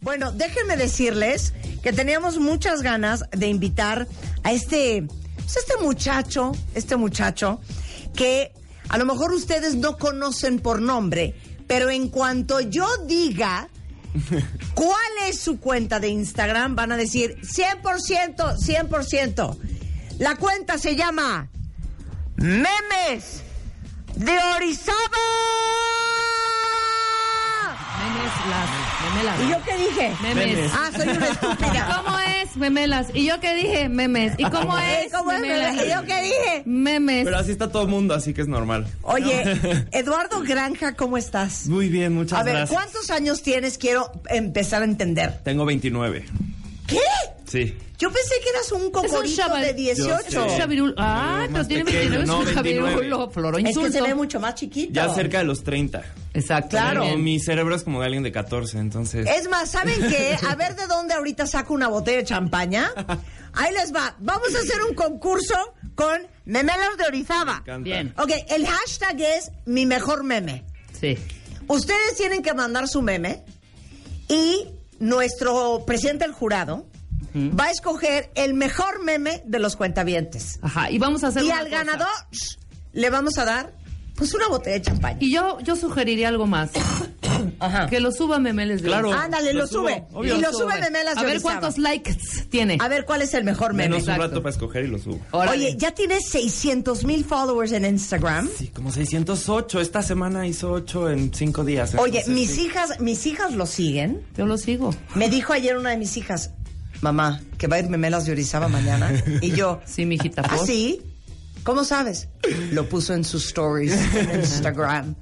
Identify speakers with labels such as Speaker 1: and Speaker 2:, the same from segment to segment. Speaker 1: Bueno, déjenme decirles que teníamos muchas ganas de invitar a este, pues, este muchacho, este muchacho, que a lo mejor ustedes no conocen por nombre, pero en cuanto yo diga cuál es su cuenta de Instagram, van a decir 100%, 100%. La cuenta se llama Memes de Orizaba.
Speaker 2: Memelas, memelas.
Speaker 1: ¿Y yo qué dije?
Speaker 2: Memes.
Speaker 1: Ah, soy una
Speaker 2: ¿Y
Speaker 1: estúpida.
Speaker 2: cómo es memelas? ¿Y yo qué dije? Memes. ¿Y cómo
Speaker 1: Eh,
Speaker 2: es?
Speaker 1: ¿Cómo es? ¿Y yo qué dije?
Speaker 2: Memes.
Speaker 3: Pero así está todo el mundo, así que es normal.
Speaker 1: Oye, Eduardo Granja, ¿cómo estás?
Speaker 3: Muy bien, muchas
Speaker 1: A ver,
Speaker 3: gracias.
Speaker 1: ¿cuántos años tienes? Quiero empezar a entender.
Speaker 3: Tengo 29.
Speaker 1: ¿Qué?
Speaker 3: Sí.
Speaker 1: Yo pensé que eras un
Speaker 2: Es un
Speaker 1: cocorito
Speaker 2: chaval.
Speaker 1: de
Speaker 2: Es un
Speaker 1: 18.
Speaker 3: Yo sé.
Speaker 2: chavirulo. Ah,
Speaker 3: Es
Speaker 2: pero
Speaker 3: más
Speaker 2: tiene
Speaker 3: pequeño,
Speaker 2: 29, es un
Speaker 3: no, 29.
Speaker 2: chavirulo. Floro,
Speaker 1: Es
Speaker 2: insulto.
Speaker 1: que se ve mucho más chiquito.
Speaker 3: Ya cerca de los 30.
Speaker 2: Exacto.
Speaker 1: Claro.
Speaker 3: Pero
Speaker 2: muy bien.
Speaker 3: mi cerebro es como de alguien de 14, entonces.
Speaker 1: Es más, ¿saben qué? A ver de dónde ahorita saco una botella de champaña. Ahí les va. Vamos a hacer un concurso con memelos de Orizaba.
Speaker 3: encanta.
Speaker 2: Bien.
Speaker 1: Ok, el hashtag es mi mejor meme.
Speaker 2: Sí.
Speaker 1: Ustedes tienen que mandar su meme y nuestro presidente del jurado va a escoger el mejor meme de los cuentavientes.
Speaker 2: Ajá. Y vamos a hacer.
Speaker 1: Y
Speaker 2: una
Speaker 1: al
Speaker 2: cosa.
Speaker 1: ganador shh, le vamos a dar pues una botella de champaña.
Speaker 2: Y yo, yo sugeriría algo más.
Speaker 1: Ajá.
Speaker 2: Que lo suba Memeles de
Speaker 3: Claro.
Speaker 1: Ándale, lo,
Speaker 3: Lo
Speaker 1: sube.
Speaker 3: subo,
Speaker 1: y lo sube Memelas
Speaker 2: A
Speaker 1: de
Speaker 2: ver
Speaker 1: Orizaba.
Speaker 2: cuántos likes tiene.
Speaker 1: A ver cuál es el mejor meme.
Speaker 3: Menos
Speaker 2: Exacto.
Speaker 3: un rato para escoger y lo subo.
Speaker 2: Órale.
Speaker 1: Oye, ya tienes 600 mil followers en Instagram.
Speaker 3: Sí, como 608. Esta semana hizo 8 en 5 días.
Speaker 1: Oye,
Speaker 3: entonces,
Speaker 1: mis
Speaker 3: sí.
Speaker 1: hijas, mis hijas lo siguen.
Speaker 2: Yo lo sigo.
Speaker 1: Me dijo ayer una de mis hijas, mamá, que va a ir Memelas de Orizaba mañana. Y yo,
Speaker 2: Sí, mijita.
Speaker 1: ¿Ah,
Speaker 2: por.
Speaker 1: sí? ¿Cómo sabes? Lo puso en sus stories en Instagram.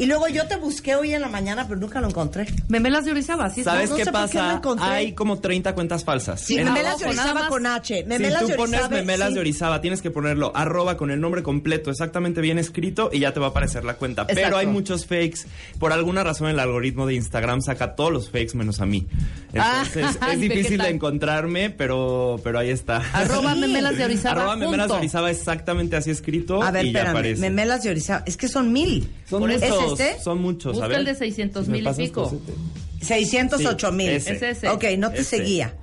Speaker 1: Y luego yo te busqué hoy en la mañana, pero nunca lo encontré.
Speaker 2: Memelas de Orizaba, sí.
Speaker 3: ¿Sabes
Speaker 1: no
Speaker 3: qué
Speaker 1: sé por qué lo
Speaker 3: pasa?
Speaker 1: encontré.
Speaker 3: Hay como 30 cuentas falsas.
Speaker 1: Sí,
Speaker 3: En-
Speaker 2: me-
Speaker 1: memelas de
Speaker 2: abajo, nada
Speaker 1: Orizaba
Speaker 2: más.
Speaker 1: con H.
Speaker 3: si
Speaker 1: Memelas
Speaker 3: tú
Speaker 1: de
Speaker 3: pones
Speaker 1: Orizaba,
Speaker 3: memelas
Speaker 1: sí.
Speaker 3: de Orizaba, tienes que ponerlo arroba con el nombre completo, exactamente bien escrito, y ya te va a aparecer la cuenta.
Speaker 2: Exacto.
Speaker 3: Pero hay muchos fakes. Por alguna razón el algoritmo de Instagram saca todos los fakes menos a mí. Entonces
Speaker 2: Ah,
Speaker 3: es
Speaker 2: ¿de qué
Speaker 3: difícil de
Speaker 2: tal?
Speaker 3: encontrarme, pero, pero ahí está.
Speaker 2: Arroba
Speaker 1: Sí.
Speaker 2: Memelas de Orizaba.
Speaker 3: Arroba memelas de
Speaker 2: junto.
Speaker 3: Orizaba exactamente así escrito
Speaker 1: A ver,
Speaker 3: y ya
Speaker 1: espérame.
Speaker 3: aparece.
Speaker 1: Memelas de Orizaba. Es que son mil.
Speaker 3: son
Speaker 1: ¿Es
Speaker 3: muchos,
Speaker 1: este?
Speaker 3: son muchos.
Speaker 2: Busca
Speaker 3: a ver.
Speaker 2: el de 600
Speaker 3: Si me este
Speaker 2: mil y
Speaker 3: pasas
Speaker 2: pico.
Speaker 3: cosete.
Speaker 1: 608 mil.
Speaker 3: Sí, ese.
Speaker 2: Es ese.
Speaker 1: Ok, no te
Speaker 3: Ese.
Speaker 1: seguía.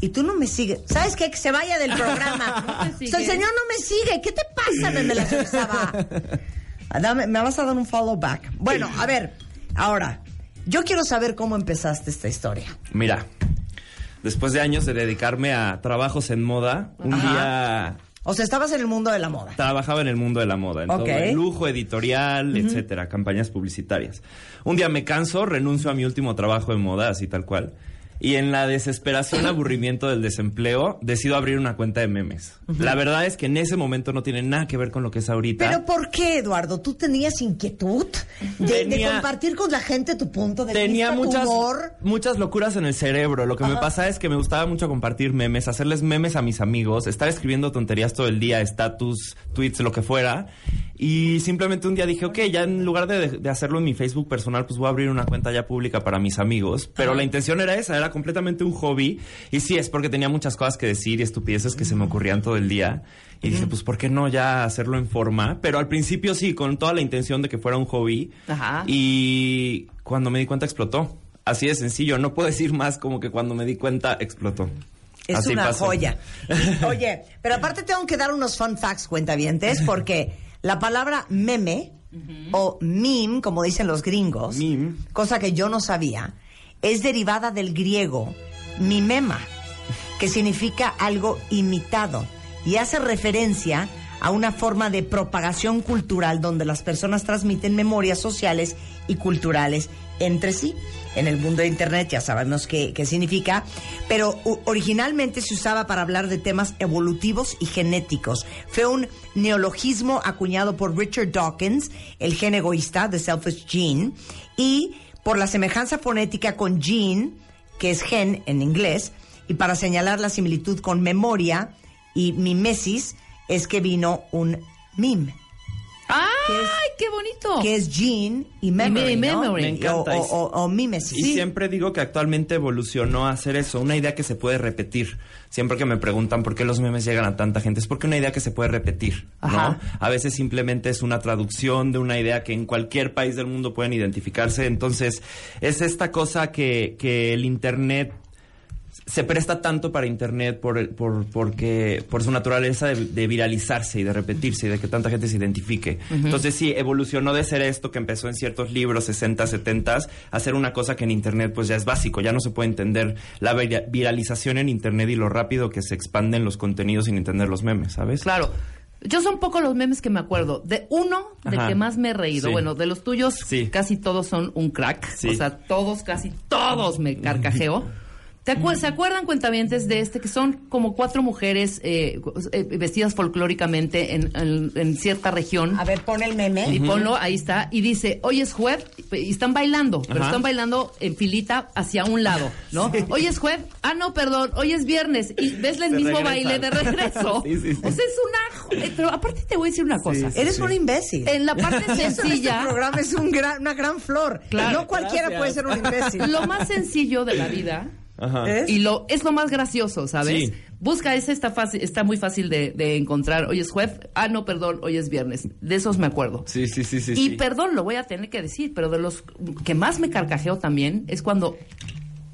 Speaker 1: Y tú no me sigues. ¿Sabes qué? Que se vaya del programa.
Speaker 2: No te
Speaker 1: O
Speaker 2: sigue.
Speaker 1: sea, el señor no me sigue. ¿Qué te pasa, Memelas de Orizaba? Ah, dame- me vas a dar un follow back. Bueno, a ver, ahora, yo quiero saber cómo empezaste esta historia.
Speaker 3: Mira, después de años de dedicarme a trabajos en moda, un
Speaker 1: Ajá.
Speaker 3: día
Speaker 1: O sea, estabas en el mundo de la moda.
Speaker 3: Trabajaba en el mundo de la moda, en
Speaker 1: Ok.
Speaker 3: todo el lujo editorial, etcétera, campañas publicitarias. Un día me canso, renuncio a mi último trabajo de moda, así tal cual. Y en la desesperación, aburrimiento del desempleo, decido abrir una cuenta de memes. La verdad es que en ese momento no tiene nada que ver con lo que es ahorita.
Speaker 1: Pero ¿por qué, Eduardo? ¿Tú tenías inquietud de, de
Speaker 3: Tenía-
Speaker 1: compartir con la gente tu punto de
Speaker 3: Tenía
Speaker 1: vista,
Speaker 3: muchas,
Speaker 1: tu humor?
Speaker 3: muchas locuras en el cerebro. Lo que me pasaba es que me gustaba mucho compartir memes, hacerles memes a mis amigos, estar escribiendo tonterías todo el día, estatus, tweets, lo que fuera. Y simplemente un día dije, ok, ya en lugar de, de hacerlo en mi Facebook personal, pues voy a abrir una cuenta ya pública para mis amigos. Pero la intención era esa, era completamente un hobby. Y sí, es porque tenía muchas cosas que decir y estupideces que se me ocurrían todo el día. Y dije, pues, ¿por qué no ya hacerlo en forma? Pero al principio sí, con toda la intención de que fuera un hobby.
Speaker 2: Ajá.
Speaker 3: Y cuando me di cuenta explotó. Así de sencillo, no puedo decir más como que cuando me di cuenta explotó.
Speaker 1: Es
Speaker 3: Así
Speaker 1: una
Speaker 3: pasó.
Speaker 1: joya. Y, oye, pero aparte tengo que dar unos fun facts, cuentavientes, porque la palabra meme o meme, como dicen los gringos,
Speaker 3: Meme.
Speaker 1: cosa que yo no sabía, es derivada del griego mimema, que significa algo imitado y hace referencia a una forma de propagación cultural donde las personas transmiten memorias sociales y culturales entre sí. En el mundo de Internet ya sabemos qué, qué significa, pero u- originalmente se usaba para hablar de temas evolutivos y genéticos. Fue un neologismo acuñado por Richard Dawkins, el gen egoísta de Selfish Gene, y por la semejanza fonética con gene, que es gen en inglés, y para señalar la similitud con memoria y mimesis, es que vino un meme.
Speaker 2: ¡Ah!
Speaker 1: que es,
Speaker 2: ¡Ay, qué bonito!
Speaker 1: que es Gene y Memory,
Speaker 2: Oh. Y me-
Speaker 1: ¿no?
Speaker 2: Memory.
Speaker 3: Me encanta.
Speaker 1: O, o- o- o Mimesis.
Speaker 3: Y siempre digo que actualmente evolucionó a hacer eso, una idea que se puede repetir. Siempre que me preguntan por qué los memes llegan a tanta gente, es porque una idea que se puede repetir, ¿no?
Speaker 2: Ajá.
Speaker 3: A veces simplemente es una traducción de una idea que en cualquier país del mundo pueden identificarse. Entonces, es esta cosa que, que el Internet se presta tanto para internet por, por, porque, por su naturaleza de, de viralizarse y de repetirse y de que tanta gente se identifique. Entonces sí, evolucionó de ser esto que empezó en ciertos libros 60, 70, a ser una cosa que en internet pues ya es básico, ya no se puede entender la vira- viralización en internet y lo rápido que se expanden los contenidos sin entender los memes, ¿sabes?
Speaker 2: Claro. Yo son poco los memes que me acuerdo. De uno, del
Speaker 3: Ajá.
Speaker 2: que más me he reído.
Speaker 3: Sí.
Speaker 2: Bueno, de los tuyos,
Speaker 3: Sí.
Speaker 2: casi todos son un crack.
Speaker 3: Sí.
Speaker 2: O sea, todos, casi todos me carcajeo. ¿Te acuer- ¿Se acuerdan, cuentavientes, de este? Que son como cuatro mujeres eh, eh, vestidas folclóricamente en, en- en cierta región.
Speaker 1: A ver, pon el meme.
Speaker 2: Y ponlo, ahí está. Y dice, hoy es jueves, y están bailando, pero
Speaker 3: Ajá.
Speaker 2: están bailando en filita hacia un lado, ¿no? Hoy es jueves, ah, no, perdón, hoy es viernes. Y ves el
Speaker 3: Se
Speaker 2: mismo
Speaker 3: regresan.
Speaker 2: baile de regreso.
Speaker 3: Sí, sí, sí.
Speaker 2: O sea, es una... jo- eh, Pero aparte te voy a decir una cosa.
Speaker 3: sí.
Speaker 1: Eres un imbécil.
Speaker 2: En la parte
Speaker 1: Este
Speaker 2: sencilla...
Speaker 1: programa es un gran, una gran flor.
Speaker 2: Claro.
Speaker 1: no cualquiera
Speaker 3: Gracias.
Speaker 1: puede ser un imbécil.
Speaker 2: Lo más sencillo de la vida
Speaker 3: Ajá.
Speaker 1: ¿Eh?
Speaker 2: y lo es lo más gracioso, ¿sabes?
Speaker 3: Sí.
Speaker 2: Busca ese está fácil, está muy fácil de, de encontrar. Hoy es jueves, ah no, perdón, hoy es viernes. De esos me acuerdo.
Speaker 3: Sí, sí, sí, sí.
Speaker 2: y
Speaker 3: sí.
Speaker 2: perdón, lo voy a tener que decir, pero de los que más me carcajeo también es cuando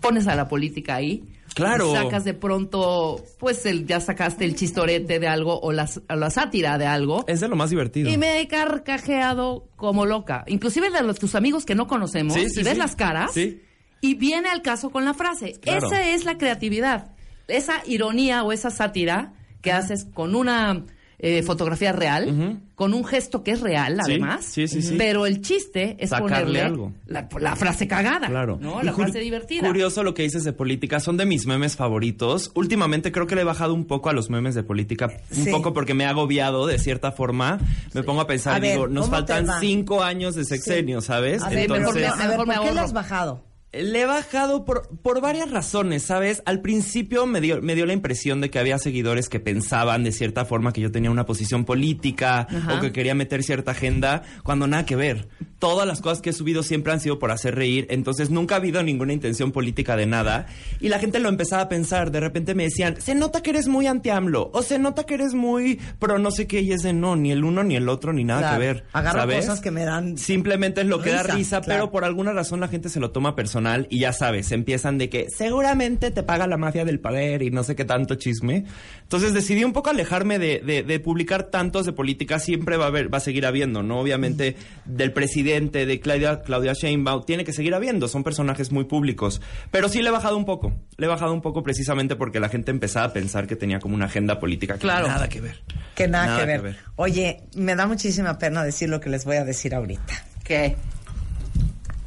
Speaker 2: pones a la política ahí.
Speaker 3: Claro.
Speaker 2: y Sacas de pronto, pues el, ya sacaste el chistorete de algo o la, s- o la sátira de algo.
Speaker 3: Es de lo más divertido.
Speaker 2: Y me he carcajeado como loca. Inclusive de los, tus amigos que no conocemos.
Speaker 3: Sí, sí,
Speaker 2: y ves
Speaker 3: sí.
Speaker 2: las caras.
Speaker 3: Sí. Pues
Speaker 2: Y viene al caso con la frase.
Speaker 3: Claro.
Speaker 2: Esa es la creatividad. Esa ironía o esa sátira que haces con una eh, fotografía real, con un gesto que es real,
Speaker 3: Sí,
Speaker 2: además.
Speaker 3: sí, sí, sí.
Speaker 2: Pero el chiste es
Speaker 3: Sacarle
Speaker 2: ponerle
Speaker 3: algo.
Speaker 2: La, la frase cagada.
Speaker 3: Claro.
Speaker 2: ¿no?
Speaker 3: Y
Speaker 2: La
Speaker 3: cur-
Speaker 2: frase divertida.
Speaker 3: Curioso lo que dices de política, son de mis memes favoritos. Últimamente creo que le he bajado un poco a los memes de política, un
Speaker 1: Sí.
Speaker 3: poco porque me he agobiado de cierta forma. Me pongo a pensar,
Speaker 1: A ver,
Speaker 3: digo, nos
Speaker 1: ¿cómo te
Speaker 3: faltan
Speaker 1: va?
Speaker 3: cinco años de sexenio, ¿sabes?
Speaker 1: A ver, pero
Speaker 2: Entonces-
Speaker 1: a ver,
Speaker 2: Mejor
Speaker 1: ¿por
Speaker 2: me
Speaker 1: qué
Speaker 2: ahorro.
Speaker 1: le has bajado?
Speaker 3: Le he bajado por, por varias razones, ¿sabes? Al principio me dio, me dio la impresión de que había seguidores que pensaban de cierta forma que yo tenía una posición política
Speaker 2: Ajá.
Speaker 3: o que quería meter cierta agenda, cuando nada que ver. Todas las cosas que he subido siempre han sido por hacer reír, entonces nunca ha habido ninguna intención política de nada. Y la gente lo empezaba a pensar, de repente me decían, se nota que eres muy anti-AMLO, o se nota que eres muy pro no sé qué, y es de no, ni el uno ni el otro, ni nada
Speaker 1: Claro.
Speaker 3: que ver.
Speaker 1: Agarro
Speaker 3: ¿sabes?
Speaker 1: cosas que me dan
Speaker 3: Simplemente es lo que
Speaker 1: risa,
Speaker 3: da risa,
Speaker 1: claro.
Speaker 3: pero por alguna razón la gente se lo toma personal y ya sabes, empiezan de que seguramente te paga la mafia del poder y no sé qué tanto chisme. Entonces decidí un poco alejarme de, de- de publicar tantos de política, siempre va a haber, va a seguir habiendo, ¿no? Obviamente del presidente, de Claudia, Claudia Sheinbaum, tiene que seguir habiendo, son personajes muy públicos. Pero sí le he bajado un poco, le he bajado un poco precisamente porque la gente empezaba a pensar que tenía como una agenda política que
Speaker 2: Claro.
Speaker 3: nada que ver.
Speaker 1: Que nada,
Speaker 3: Nada
Speaker 1: que, ver.
Speaker 3: que ver.
Speaker 1: Oye, me da muchísima pena decir lo que les voy a decir ahorita,
Speaker 2: ¿Qué?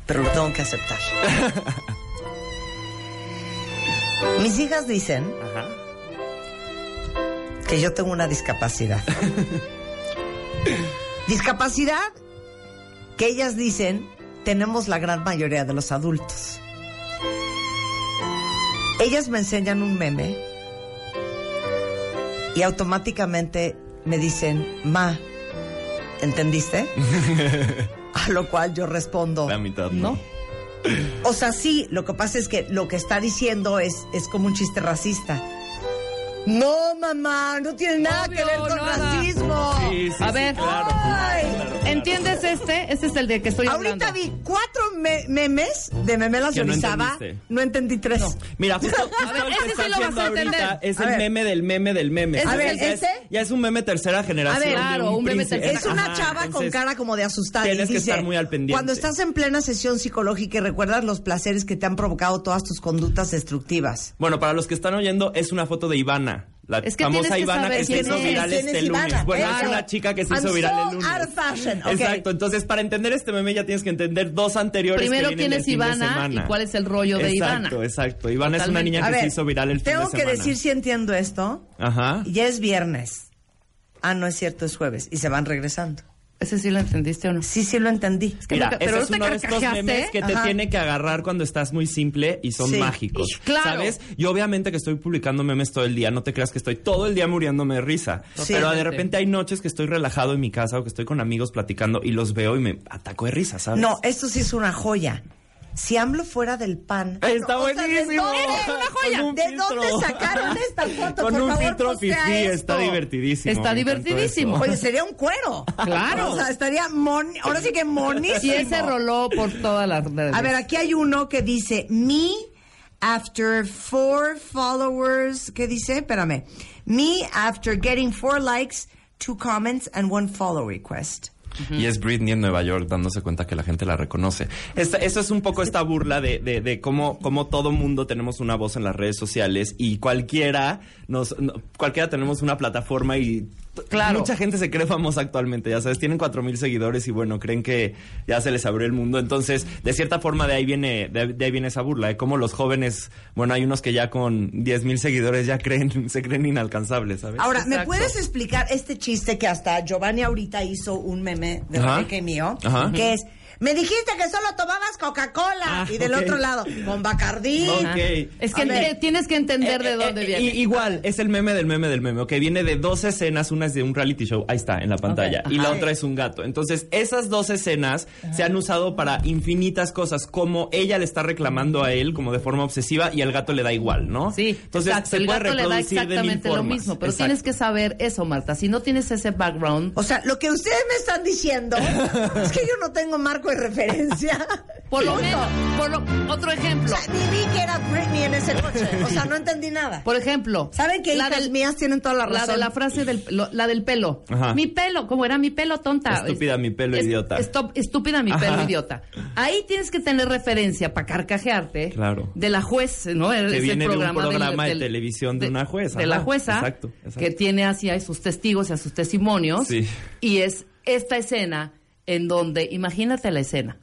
Speaker 1: pero lo tengo que aceptar. Mis hijas dicen
Speaker 3: Ajá.
Speaker 1: que yo tengo una discapacidad. discapacidad que ellas dicen tenemos la gran mayoría de los adultos. Ellas me enseñan un meme y automáticamente me dicen, ma, ¿entendiste? A lo cual yo respondo,
Speaker 3: La mitad,
Speaker 2: No.
Speaker 3: ¿no?
Speaker 1: o sea, sí, lo que pasa es que lo que está diciendo es, es como un chiste racista. No, mamá, no tiene nada
Speaker 2: Obvio,
Speaker 1: que ver con
Speaker 2: nada.
Speaker 1: racismo.
Speaker 2: A ver.
Speaker 1: Ay.
Speaker 2: ¿Entiendes este? Este es el del que estoy hablando.
Speaker 1: Ahorita vi cuatro me- memes de Memelas
Speaker 3: Que no
Speaker 1: Yorizaba. No,
Speaker 3: entendiste.
Speaker 1: entendí tres.
Speaker 3: Mira, justo, justo
Speaker 2: A ver,
Speaker 3: el
Speaker 2: ese
Speaker 3: que
Speaker 2: sí
Speaker 3: está
Speaker 2: lo vas
Speaker 3: haciendo
Speaker 2: a entender.
Speaker 3: ahorita es
Speaker 1: A
Speaker 3: el
Speaker 1: ver.
Speaker 3: meme del meme del meme.
Speaker 2: Ese
Speaker 1: A ver,
Speaker 3: ¿sabes? ya,
Speaker 1: ¿ese?
Speaker 3: Es, ya es un meme tercera generación.
Speaker 1: A ver,
Speaker 3: de
Speaker 2: claro, un
Speaker 3: un
Speaker 2: meme
Speaker 3: príncipe.
Speaker 2: tercera
Speaker 1: Es una
Speaker 3: Ajá,
Speaker 1: chava con
Speaker 3: entonces,
Speaker 1: cara como de asustada. y
Speaker 3: tienes que
Speaker 1: dice,
Speaker 3: estar muy al pendiente.
Speaker 1: Cuando estás en plena sesión psicológica y recuerdas los placeres que te han provocado todas tus conductas destructivas.
Speaker 3: Bueno, para los que están oyendo, es una foto de Ivana. La
Speaker 2: Es que
Speaker 3: famosa
Speaker 2: tienes que
Speaker 3: Ivana
Speaker 2: saber
Speaker 3: que se
Speaker 2: quién
Speaker 3: hizo
Speaker 2: es.
Speaker 3: viral
Speaker 1: ¿Quién
Speaker 3: este
Speaker 1: es Ivana?
Speaker 3: lunes. Bueno, es
Speaker 1: Claro.
Speaker 3: una chica que se
Speaker 1: I'm
Speaker 3: hizo viral
Speaker 1: so
Speaker 3: el lunes.
Speaker 1: out of fashion. Ok.
Speaker 3: Exacto. Entonces, para entender este meme ya tienes que entender dos anteriores que
Speaker 2: Primero
Speaker 3: vienen
Speaker 2: quién
Speaker 3: del
Speaker 2: es
Speaker 3: fin de
Speaker 2: Ivana y
Speaker 3: semana.
Speaker 2: cuál es el rollo de Ivana.
Speaker 3: Exacto, exacto. Ivana es una
Speaker 2: Totalmente.
Speaker 3: niña que se hizo viral el fin de
Speaker 1: tengo
Speaker 3: semana.
Speaker 1: que decir si entiendo esto.
Speaker 3: Ajá.
Speaker 1: Ya es viernes. Ah, no es cierto, es jueves. Y se van regresando.
Speaker 2: ¿Ese sí lo entendiste o no?
Speaker 1: Sí, sí lo entendí.
Speaker 2: Es que
Speaker 3: Mira,
Speaker 2: nunca-
Speaker 3: ese
Speaker 2: pero
Speaker 3: es
Speaker 2: no te
Speaker 3: uno de estos
Speaker 2: carcajeaste,
Speaker 3: memes que te
Speaker 1: ¿eh? Ajá.
Speaker 3: tiene que agarrar cuando estás muy simple y son
Speaker 1: Sí.
Speaker 3: mágicos.
Speaker 2: Y claro.
Speaker 3: ¿Sabes? Y obviamente que estoy publicando memes todo el día, no te creas que estoy todo el día muriéndome de risa.
Speaker 1: Sí.
Speaker 3: Pero de
Speaker 2: Totalmente.
Speaker 3: repente hay noches que estoy relajado en mi casa o que estoy con amigos platicando y los veo y me ataco de risa, ¿sabes?
Speaker 1: No, esto sí es una joya. Si AMLO fuera del PAN...
Speaker 3: Está
Speaker 1: No, eh, o sea, ¿de
Speaker 3: buenísimo.
Speaker 1: dónde-
Speaker 2: Era una joya.
Speaker 3: Con un
Speaker 1: ¿De dónde
Speaker 3: filtro.
Speaker 1: sacaron esta foto?
Speaker 3: Con
Speaker 1: Por
Speaker 3: un
Speaker 1: favor,
Speaker 3: filtro
Speaker 1: postea
Speaker 3: fifí,
Speaker 1: esto.
Speaker 3: está divertidísimo.
Speaker 2: Está
Speaker 3: me encantó
Speaker 2: divertidísimo.
Speaker 3: eso.
Speaker 1: Oye, sería un cuero.
Speaker 2: Claro.
Speaker 1: O sea, estaría mon... Ahora sí que monísimo.
Speaker 2: Y ese roló por todas las redes.
Speaker 1: A ver, aquí hay uno que dice, me after four followers, ¿qué dice? Espérame. Me after getting four likes, two comments and one follow request.
Speaker 3: Y es Britney en Nueva York dándose cuenta que la gente la reconoce. Esta- eso es un poco esta burla de, de- de cómo, cómo todo mundo tenemos una voz en las redes sociales y cualquiera nos no- cualquiera tenemos una plataforma y t-
Speaker 2: Claro.
Speaker 3: mucha gente se cree famosa actualmente, ya sabes, tienen cuatro mil seguidores y bueno, creen que ya se les abrió el mundo. Entonces, de cierta forma de ahí viene, de, de ahí viene esa burla, de cómo los jóvenes, bueno, hay unos que ya con diez mil seguidores ya creen, se creen inalcanzables, ¿sabes?
Speaker 1: Ahora, ¿me
Speaker 2: Exacto.
Speaker 1: puedes explicar este chiste que hasta Giovanni ahorita hizo un meme de
Speaker 3: Ajá.
Speaker 1: Rebeca y mío?
Speaker 3: Ajá.
Speaker 1: Que es, me dijiste que solo tomabas Coca-Cola
Speaker 3: Ah,
Speaker 1: y del
Speaker 3: ok.
Speaker 1: otro lado, con Bacardí.
Speaker 3: Ok.
Speaker 2: Ah. Es que
Speaker 1: A ver.
Speaker 2: eh, tienes que entender de
Speaker 3: Eh,
Speaker 2: dónde
Speaker 3: eh,
Speaker 2: viene.
Speaker 3: i- igual, es el meme del meme del meme, ok. Viene de dos escenas, una es de un reality show, ahí está, en la pantalla,
Speaker 2: Ok,
Speaker 3: y la
Speaker 1: ajá.
Speaker 3: otra es un gato. Entonces, esas dos escenas se han usado para infinitas cosas, como ella le está reclamando a él, como de forma obsesiva, y al gato le da igual, ¿no?
Speaker 2: Sí,
Speaker 3: Entonces,
Speaker 2: exacto.
Speaker 3: se
Speaker 2: el
Speaker 3: puede
Speaker 2: gato le da
Speaker 3: reproducir de mil
Speaker 2: exactamente lo
Speaker 3: formas.
Speaker 2: mismo, pero
Speaker 3: Exacto.
Speaker 2: tienes que saber eso, Marta. Si no tienes ese background,
Speaker 1: O sea, lo que ustedes me están diciendo es que yo no tengo marco de referencia.
Speaker 2: por lo
Speaker 1: Punto.
Speaker 2: menos, por lo- otro
Speaker 1: O
Speaker 2: ejemplo,
Speaker 1: sea, ni vi que era Britney en ese coche. O sea, no entendí nada.
Speaker 2: por ejemplo,
Speaker 1: ¿Saben que
Speaker 2: la
Speaker 1: hijas
Speaker 2: del-
Speaker 1: mías tienen toda la
Speaker 2: La
Speaker 1: razón?
Speaker 2: de la frase del lo- la del pelo.
Speaker 3: Ajá.
Speaker 2: Mi pelo, como era mi pelo tonta.
Speaker 3: Estúpida mi pelo, idiota.
Speaker 2: estop- estúpida mi
Speaker 3: Ajá.
Speaker 2: pelo idiota. Ahí tienes que tener referencia para carcajearte.
Speaker 3: Claro.
Speaker 2: De la juez, ¿no? El-
Speaker 3: Que
Speaker 2: ese
Speaker 3: viene de un
Speaker 2: del-
Speaker 3: programa de
Speaker 2: del-
Speaker 3: televisión de una juez,
Speaker 2: De la
Speaker 3: ajá,
Speaker 2: jueza.
Speaker 3: exacto, exacto.
Speaker 2: Que tiene así a sus testigos y a sus testimonios.
Speaker 3: Sí.
Speaker 2: Y es esta escena en donde, imagínate la escena.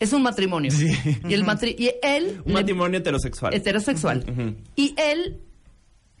Speaker 2: Es un matrimonio. Y el matri- y él
Speaker 3: Un
Speaker 2: le-
Speaker 3: matrimonio heterosexual.
Speaker 2: Este, heterosexual. Y él,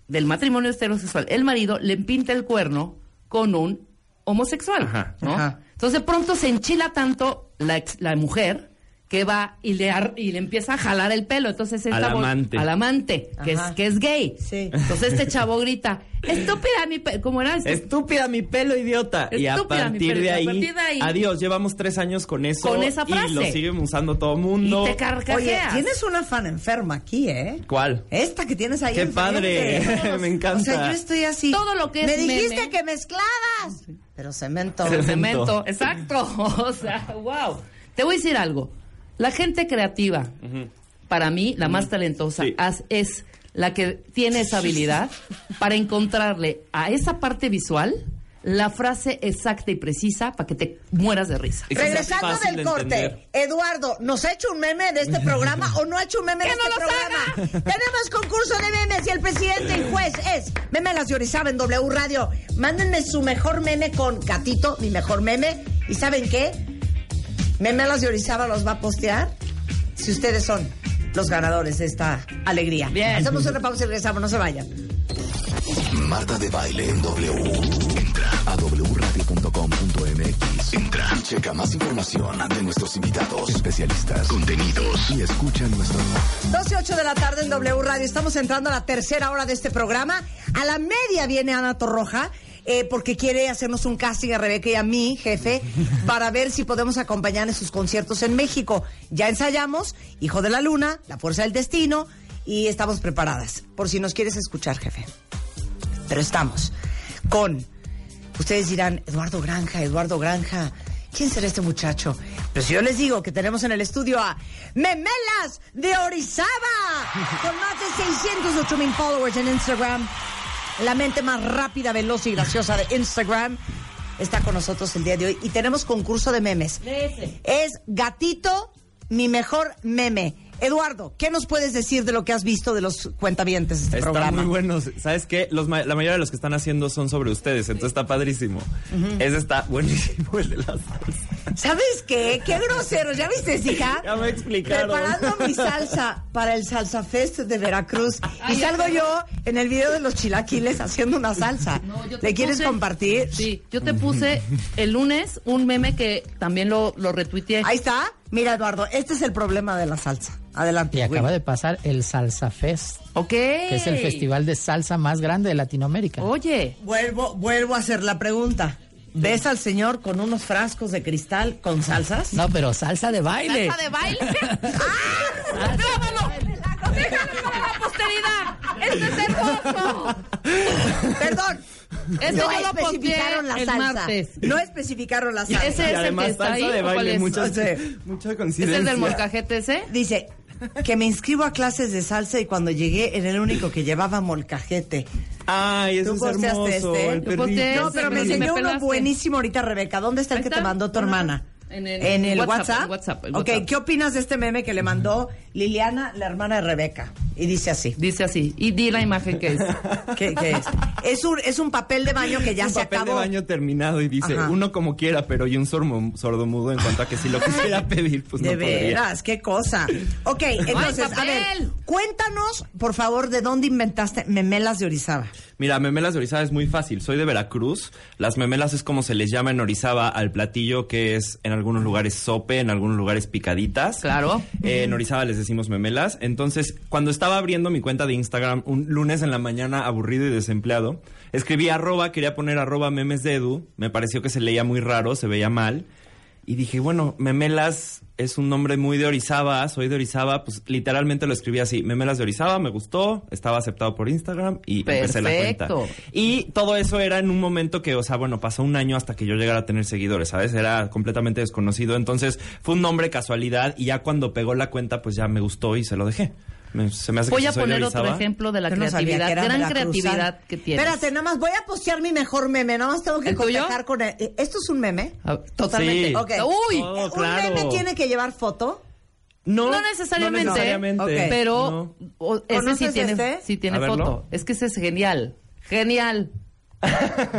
Speaker 2: del matrimonio heterosexual, el marido le pinta el cuerno con un homosexual.
Speaker 3: Ajá.
Speaker 2: ¿no?
Speaker 1: Ajá.
Speaker 2: Entonces de pronto se enchila tanto la, ex- la mujer que va y le, ar- y le empieza a jalar el pelo. Entonces
Speaker 3: Al
Speaker 2: esta bo-
Speaker 3: amante.
Speaker 2: Al amante, que es,
Speaker 1: Ajá.
Speaker 2: que es gay.
Speaker 1: Sí.
Speaker 2: Entonces este chavo grita, estúpida mi pe-". ¿Cómo era? Este
Speaker 3: Estúpida mi pelo, idiota. y a
Speaker 2: Estúpida mi
Speaker 3: partir,
Speaker 2: pelo,
Speaker 3: de
Speaker 2: a
Speaker 3: ahí,
Speaker 2: partir de ahí.
Speaker 3: adiós, llevamos tres años con eso.
Speaker 2: Con esa
Speaker 3: Y
Speaker 2: frase.
Speaker 3: lo siguen usando todo
Speaker 2: Y
Speaker 3: mundo.
Speaker 2: te
Speaker 1: Oye,
Speaker 2: carcajeas.
Speaker 1: tienes una fan enferma aquí, ¿eh?
Speaker 3: ¿Cuál?
Speaker 1: Esta que tienes ahí.
Speaker 3: ¡Qué
Speaker 1: enfrente.
Speaker 3: padre! Me encanta.
Speaker 1: O sea, yo estoy así.
Speaker 2: Todo lo que
Speaker 1: Me
Speaker 2: es
Speaker 1: dijiste
Speaker 2: meme.
Speaker 1: que mezcladas. Pero cemento.
Speaker 3: Se-
Speaker 2: cemento. Exacto. O sea, wow. Te voy a decir algo. La gente creativa, para mí, la más talentosa
Speaker 3: Sí.
Speaker 2: as- es la que tiene esa habilidad para encontrarle a esa parte visual la frase exacta y precisa para que te mueras de risa.
Speaker 3: Es que es
Speaker 1: Regresando
Speaker 3: fácil
Speaker 1: del
Speaker 3: de
Speaker 1: corte,
Speaker 3: entender.
Speaker 1: Eduardo, ¿nos ha hecho un meme de este programa o no ha hecho un meme de
Speaker 2: ¡Que
Speaker 1: este
Speaker 2: no los
Speaker 1: programa?
Speaker 2: haga!
Speaker 1: Tenemos concurso de memes y el presidente y juez es Memelas de Orizaba en W Radio. Mándenme su mejor meme con Catito, mi mejor meme. ¿Y saben qué? Memelas de Orizaba los va a postear si ustedes son los ganadores de esta alegría.
Speaker 2: Bien.
Speaker 1: Hacemos una pausa y regresamos, no se vayan.
Speaker 4: Marta de Baile en W. Entra a wradio.com.mx. Entra y checa más información de nuestros invitados, especialistas, contenidos y escucha nuestro
Speaker 1: 12 y 8 de la tarde en W Radio. Estamos entrando a la tercera hora de este programa. A la media viene Ana Torroja. eh, porque quiere hacernos un casting a Rebeca y a mí, jefe, para ver si podemos acompañar en sus conciertos en México. Ya ensayamos Hijo de la Luna, La Fuerza del Destino y estamos preparadas, por si nos quieres escuchar, jefe. Pero estamos con, ustedes dirán, Eduardo Granja, Eduardo Granja, ¿quién será este muchacho? Pues yo les digo que tenemos en el estudio a Memelas de Orizaba, con más de 608 mil followers en Instagram, la mente más rápida, veloz y graciosa de Instagram. Está con nosotros el día de hoy y tenemos concurso de memes. Es gatito, mi mejor meme. Eduardo, ¿qué nos puedes decir de lo que has visto de los cuentavientes de este
Speaker 3: Están
Speaker 1: programa?
Speaker 3: muy buenos. ¿Sabes qué? Los ma- la mayoría de los que están haciendo son sobre ustedes, entonces está padrísimo. Ese está buenísimo, el de las salsas.
Speaker 1: ¿Sabes qué? ¡Qué grosero! ¿Ya viste, hija?
Speaker 3: Ya me explicaron.
Speaker 1: Preparando mi salsa para el Salsa Fest de Veracruz. Y salgo yo en el video de los chilaquiles haciendo una salsa.
Speaker 2: No, yo te
Speaker 1: ¿Le quieres
Speaker 2: puse-
Speaker 1: compartir?
Speaker 2: Sí, yo te puse el lunes un meme que también lo, lo retuiteé.
Speaker 1: Ahí está. Mira, Eduardo, este es el problema de la salsa. Adelante.
Speaker 5: Y acaba
Speaker 1: Will.
Speaker 5: de pasar el Salsa Fest,
Speaker 2: ok.
Speaker 5: que es el festival de salsa más grande de Latinoamérica.
Speaker 2: Oye,
Speaker 1: Vuelvo, vuelvo a hacer la pregunta. ¿Ves al señor con unos frascos de cristal con salsas?
Speaker 5: No, pero salsa de baile.
Speaker 2: ¿salsa de baile? ¡Ah! ¡Grábalo! ¡Déjalo para la posteridad! ¡Este es hermoso!
Speaker 1: Perdón.
Speaker 2: Ese
Speaker 1: no
Speaker 2: yo lo posteé
Speaker 1: especificaron la
Speaker 2: el
Speaker 1: salsa.
Speaker 2: martes.
Speaker 1: No especificaron la salsa.
Speaker 2: Ese
Speaker 3: Y
Speaker 2: es el que
Speaker 3: además,
Speaker 2: está
Speaker 3: salsa
Speaker 2: ahí.
Speaker 3: de
Speaker 2: ¿o
Speaker 3: baile,
Speaker 2: cuál es?
Speaker 3: muchas-
Speaker 1: O sea,
Speaker 3: mucha
Speaker 2: ¿Es
Speaker 3: coincidencia.
Speaker 2: el del molcajete ese?
Speaker 1: Dice que me inscribo a clases de salsa y cuando llegué era el único que llevaba molcajete.
Speaker 3: Ay, eso
Speaker 1: ¿Tú
Speaker 3: es
Speaker 1: posteaste
Speaker 3: hermoso.
Speaker 1: este?
Speaker 3: El
Speaker 1: Yo
Speaker 3: perrito.
Speaker 2: posteé
Speaker 1: No,
Speaker 2: Ese,
Speaker 1: pero me
Speaker 2: pero ni
Speaker 1: enseñó
Speaker 2: Eh, me
Speaker 1: uno
Speaker 2: pelaste.
Speaker 1: buenísimo ahorita, Rebeca. ¿Dónde está el
Speaker 2: Ahí
Speaker 1: que te
Speaker 2: está.
Speaker 1: mandó tu
Speaker 2: No, no,
Speaker 1: hermana?
Speaker 2: no. En el
Speaker 1: WhatsApp.
Speaker 2: WhatsApp, el WhatsApp, el
Speaker 1: Ok,
Speaker 2: WhatsApp.
Speaker 1: ¿qué opinas de este meme que le mandó Liliana, la hermana de Rebeca? Y dice así.
Speaker 2: Dice así. Y di la imagen que es.
Speaker 1: ¿Qué, qué es? Es un, es un papel de baño que ya
Speaker 3: un
Speaker 1: se
Speaker 3: papel
Speaker 1: acabó.
Speaker 3: de baño terminado y dice
Speaker 1: Ajá.
Speaker 3: uno como quiera, pero y un sormo- sordomudo en cuanto a que si lo quisiera pedir, pues
Speaker 1: de
Speaker 3: no podría.
Speaker 1: veras, qué cosa. Ok, entonces, a ver,
Speaker 2: papel!
Speaker 1: cuéntanos, por favor, de dónde inventaste memelas de Orizaba.
Speaker 3: Mira, memelas de Orizaba es muy fácil. Soy de Veracruz. Las memelas es como se les llama en Orizaba al platillo que es en algunos lugares sope, en algunos lugares picaditas.
Speaker 2: Claro.
Speaker 3: Eh, en Orizaba les decimos memelas. Entonces, cuando estaba abriendo mi cuenta de Instagram un lunes en la mañana aburrido y desempleado, escribí arroba, quería poner arroba memes de Edu. Me pareció que se leía muy raro, se veía mal. Y dije, bueno, Memelas es un nombre muy de Orizaba, soy de Orizaba, pues literalmente lo escribí así, Memelas de Orizaba, me gustó, estaba aceptado por Instagram y empecé la cuenta.
Speaker 2: Perfecto.
Speaker 3: Y todo eso era en un momento que, o sea, bueno, pasó un año hasta que yo llegara a tener seguidores, ¿sabes? Era completamente desconocido, entonces fue un nombre casualidad y ya cuando pegó la cuenta, pues ya me gustó y se lo dejé. Me- se me hace
Speaker 2: Voy
Speaker 3: que
Speaker 2: a
Speaker 3: sí soy de
Speaker 2: poner otro
Speaker 3: Orizaba.
Speaker 2: ejemplo de la
Speaker 1: Yo no sabía
Speaker 2: creatividad,
Speaker 1: que era
Speaker 2: gran
Speaker 1: veracruzano.
Speaker 2: creatividad que tienes.
Speaker 1: Espérate, nada más voy a postear mi mejor meme, nada más tengo que
Speaker 2: ¿El tuyo?
Speaker 1: contactar con él. Eh, ¿Esto es un meme?
Speaker 2: Ah, Totalmente.
Speaker 3: Sí.
Speaker 1: Ok.
Speaker 2: Uy,
Speaker 3: Oh,
Speaker 1: Eh, ¿Un
Speaker 3: claro.
Speaker 1: meme tiene que llevar foto?
Speaker 3: No,
Speaker 2: No necesariamente,
Speaker 3: no necesariamente.
Speaker 1: Ok.
Speaker 2: pero
Speaker 3: No.
Speaker 2: o- ese sí
Speaker 1: ¿Conoces
Speaker 2: tiene,
Speaker 1: este?
Speaker 2: sí tiene
Speaker 3: A verlo.
Speaker 2: foto. Es que ese es genial. Genial.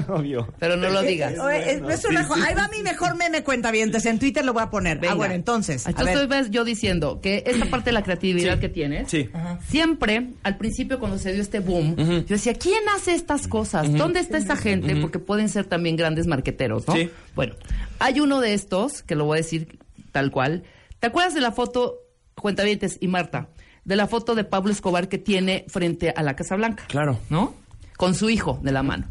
Speaker 3: Obvio.
Speaker 2: Pero no lo digas.
Speaker 1: Eh, eh, es una jo- Ahí va mi mejor meme, cuentavientes. En Twitter lo voy a poner.
Speaker 2: Venga.
Speaker 1: Ah, bueno, entonces. a
Speaker 2: Entonces
Speaker 1: ver.
Speaker 2: ves yo diciendo que esta parte de la creatividad
Speaker 3: Sí.
Speaker 2: que tienes,
Speaker 3: Sí.
Speaker 2: siempre, al principio cuando se dio este boom, yo decía, ¿quién hace estas cosas? ¿Dónde está esta gente? Porque pueden ser también grandes marqueteros, ¿no?
Speaker 3: Sí.
Speaker 2: Bueno, hay uno de estos, que lo voy a decir tal cual. ¿Te acuerdas de la foto, Cuentavientes y Marta, de la foto de Pablo Escobar que tiene frente a la Casa Blanca?
Speaker 3: Claro.
Speaker 2: ¿No? Con su hijo de la mano.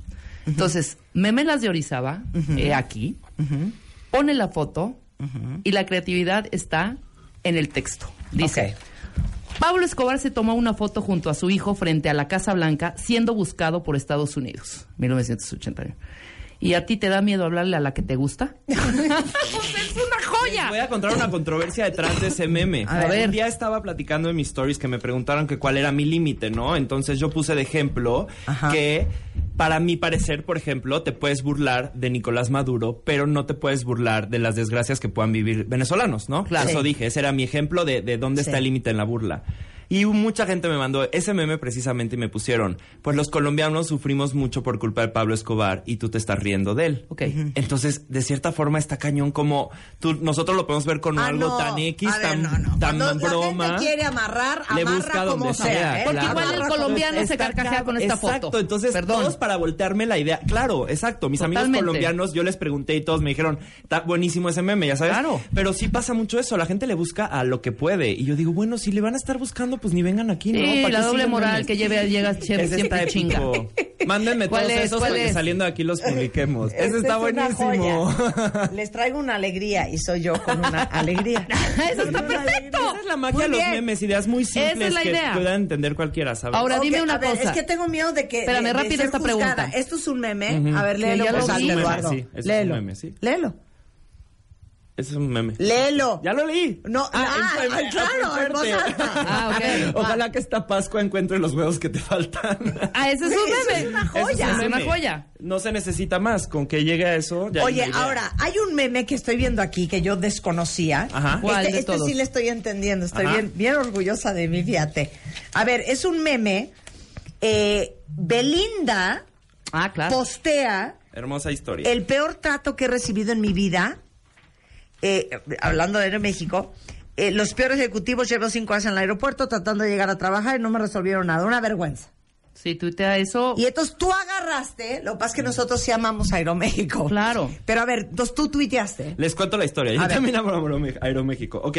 Speaker 2: Entonces, Memelas de Orizaba, he aquí, pone la foto y la creatividad está en el texto. Dice, Pablo Escobar se tomó una foto junto a su hijo frente a la Casa Blanca siendo buscado por Estados Unidos, 1980. ¿Y a ti te da miedo hablarle a la que te gusta? Pues es una
Speaker 3: Voy
Speaker 2: joya.
Speaker 3: a contar una controversia detrás de ese meme.
Speaker 2: A ver.
Speaker 3: Un día estaba platicando en mis stories que me preguntaron que cuál era mi límite, ¿no? Entonces yo puse de ejemplo
Speaker 1: Ajá.
Speaker 3: que para mi parecer, por ejemplo, te puedes burlar de Nicolás Maduro, pero no te puedes burlar de las desgracias que puedan vivir venezolanos, ¿no?
Speaker 2: Claro.
Speaker 3: Eso
Speaker 1: Sí.
Speaker 3: dije, ese era mi ejemplo de, de dónde
Speaker 1: Sí.
Speaker 3: está el límite en la burla. Y mucha gente me mandó ese meme precisamente y me pusieron, pues los colombianos sufrimos mucho por culpa de Pablo Escobar y tú te estás riendo de él.
Speaker 2: Ok.
Speaker 3: Entonces, de cierta forma, está cañón como tú, nosotros lo podemos ver con
Speaker 1: Ah,
Speaker 3: algo
Speaker 1: no.
Speaker 3: tan X,
Speaker 1: A ver,
Speaker 3: tan,
Speaker 1: no, no.
Speaker 3: tan
Speaker 1: Cuando
Speaker 3: broma.
Speaker 1: La gente quiere amarrar,
Speaker 3: le
Speaker 1: amarra
Speaker 3: busca
Speaker 1: como
Speaker 3: donde
Speaker 1: sea.
Speaker 3: sea,
Speaker 1: ¿eh?
Speaker 2: Porque
Speaker 3: claro.
Speaker 2: igual el
Speaker 1: Amarra como
Speaker 2: colombiano se
Speaker 3: Está
Speaker 2: carcajea
Speaker 3: cabrón.
Speaker 2: con esta foto.
Speaker 3: Exacto, entonces
Speaker 2: Perdón.
Speaker 3: todos para voltearme la idea. Claro, exacto. Mis amigos
Speaker 2: Totalmente.
Speaker 3: colombianos, yo les pregunté y todos me dijeron, está buenísimo ese meme, ya sabes.
Speaker 2: Claro.
Speaker 3: Pero sí pasa mucho eso, la gente le busca a lo que puede. Y yo digo, bueno, si le van a estar buscando, pues ni vengan aquí, ¿no?
Speaker 2: Sí,
Speaker 3: ¿Para qué
Speaker 2: la doble
Speaker 3: siguen
Speaker 2: moral
Speaker 3: memes?
Speaker 2: que lleve llega
Speaker 3: Ese
Speaker 2: siempre,
Speaker 3: está
Speaker 2: siempre
Speaker 3: épico.
Speaker 2: chinga.
Speaker 3: Mándenme
Speaker 2: ¿Cuál
Speaker 3: todos
Speaker 2: es?
Speaker 3: esos
Speaker 2: ¿Cuál
Speaker 3: para que
Speaker 2: es? Este
Speaker 3: saliendo de aquí los publiquemos.
Speaker 1: Esta
Speaker 3: Ese está
Speaker 1: es una
Speaker 3: buenísimo.
Speaker 1: joya. Les traigo una alegría y soy yo con una alegría.
Speaker 2: Eso está perfecto.
Speaker 3: Esa es la magia de
Speaker 1: Muy
Speaker 3: los
Speaker 1: bien.
Speaker 3: memes, ideas muy
Speaker 2: Esa es
Speaker 3: simples
Speaker 2: la
Speaker 3: que
Speaker 2: idea.
Speaker 3: puedan entender cualquiera, ¿sabes?
Speaker 2: Ahora
Speaker 1: Ok,
Speaker 2: dime una
Speaker 1: a ver,
Speaker 2: cosa.
Speaker 1: Es que tengo miedo de que.
Speaker 2: Espérame,
Speaker 1: de- de
Speaker 2: rápido
Speaker 1: ser
Speaker 2: esta
Speaker 1: juzgada.
Speaker 2: pregunta.
Speaker 1: Esto es un meme. A ver,
Speaker 2: Que
Speaker 1: léelo.
Speaker 2: ya lo
Speaker 1: por
Speaker 2: vi.
Speaker 1: favor,
Speaker 2: Es un meme,
Speaker 1: Eduardo.
Speaker 3: sí, es un
Speaker 1: léelo.
Speaker 3: meme, sí.
Speaker 1: Léelo.
Speaker 3: Ese es un meme.
Speaker 1: Léelo.
Speaker 3: ¡Ya lo leí!
Speaker 1: No, ah,
Speaker 3: en- en-
Speaker 1: claro,
Speaker 3: en
Speaker 1: en voz
Speaker 3: fuerte.
Speaker 1: alta.
Speaker 2: Ah, ok.
Speaker 3: Ojalá que esta Pascua encuentre los huevos que te faltan.
Speaker 2: Ah, ese es un
Speaker 1: Eso
Speaker 2: meme.
Speaker 1: es una
Speaker 2: Eso
Speaker 1: joya.
Speaker 2: Es una
Speaker 3: Meme.
Speaker 2: joya.
Speaker 3: No se necesita más. Con que llegue a eso, ya hay
Speaker 1: Oye,
Speaker 3: una idea.
Speaker 1: ahora, hay un meme que estoy viendo aquí que yo desconocía.
Speaker 3: Ajá.
Speaker 2: ¿Cuál
Speaker 1: este
Speaker 2: de
Speaker 1: este
Speaker 2: todos?
Speaker 1: sí le estoy entendiendo, estoy
Speaker 3: Ajá.
Speaker 1: bien, bien orgullosa de mí, fíjate. A ver, es un meme. eh, Belinda
Speaker 2: Ah, claro.
Speaker 1: postea
Speaker 3: Hermosa historia.
Speaker 1: el peor trato que he recibido en mi vida, eh, hablando de México, eh, los peores ejecutivos llevo cinco horas en el aeropuerto tratando de llegar a trabajar y no me resolvieron nada, una vergüenza.
Speaker 2: Si tuitea eso,
Speaker 1: Y entonces tú agarraste, lo que pasa es que nosotros sí amamos Aeroméxico.
Speaker 2: Claro.
Speaker 1: Pero a ver, entonces tú
Speaker 2: ¿eh?
Speaker 1: tuiteaste.
Speaker 3: Les cuento la historia. Yo
Speaker 1: A ver.
Speaker 3: también amo Aerome- Aeroméxico. Ok.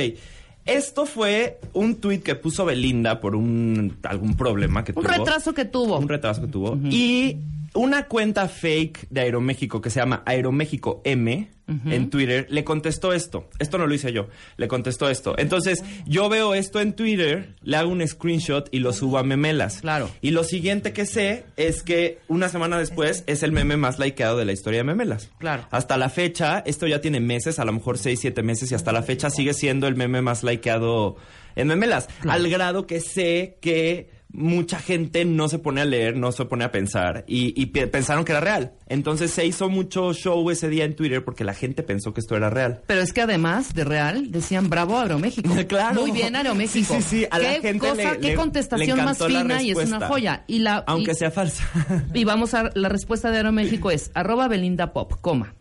Speaker 3: Esto fue un tuit que puso Belinda por un algún problema que
Speaker 2: Un
Speaker 3: tuvo.
Speaker 2: retraso que tuvo.
Speaker 3: Un retraso que tuvo. Y una cuenta fake de Aeroméxico que se llama Aeroméxico M en Twitter le contestó esto. Esto no lo hice yo. Le contestó esto. Entonces, yo veo esto en Twitter, le hago un screenshot y lo subo a Memelas.
Speaker 2: Claro.
Speaker 3: Y lo siguiente que sé es que una semana después es el meme más likeado de la historia de Memelas.
Speaker 2: Este. Claro.
Speaker 3: Hasta la fecha, esto ya tiene meses, a lo mejor 6, 7 meses, y hasta la fecha sigue siendo el meme más likeado en memelas. Al grado que sé que mucha gente no se pone a leer, no se pone a pensar, y, y pe- pensaron que era real. Entonces se hizo mucho show ese día en Twitter porque la gente pensó que esto era real.
Speaker 2: Pero es que además de real, decían bravo Aeroméxico.
Speaker 3: Claro.
Speaker 2: Muy bien Aeroméxico.
Speaker 3: Sí, sí, sí, a la
Speaker 2: qué
Speaker 3: gente
Speaker 2: cosa,
Speaker 3: le-
Speaker 2: qué
Speaker 3: le-
Speaker 2: contestación
Speaker 3: le
Speaker 2: más
Speaker 3: encantó la
Speaker 2: fina y es una
Speaker 3: respuesta.
Speaker 2: joya. Y la,
Speaker 3: Aunque
Speaker 2: y-
Speaker 3: sea falsa.
Speaker 2: Y vamos a la respuesta de Aeroméxico es arroba Belinda Pop, coma.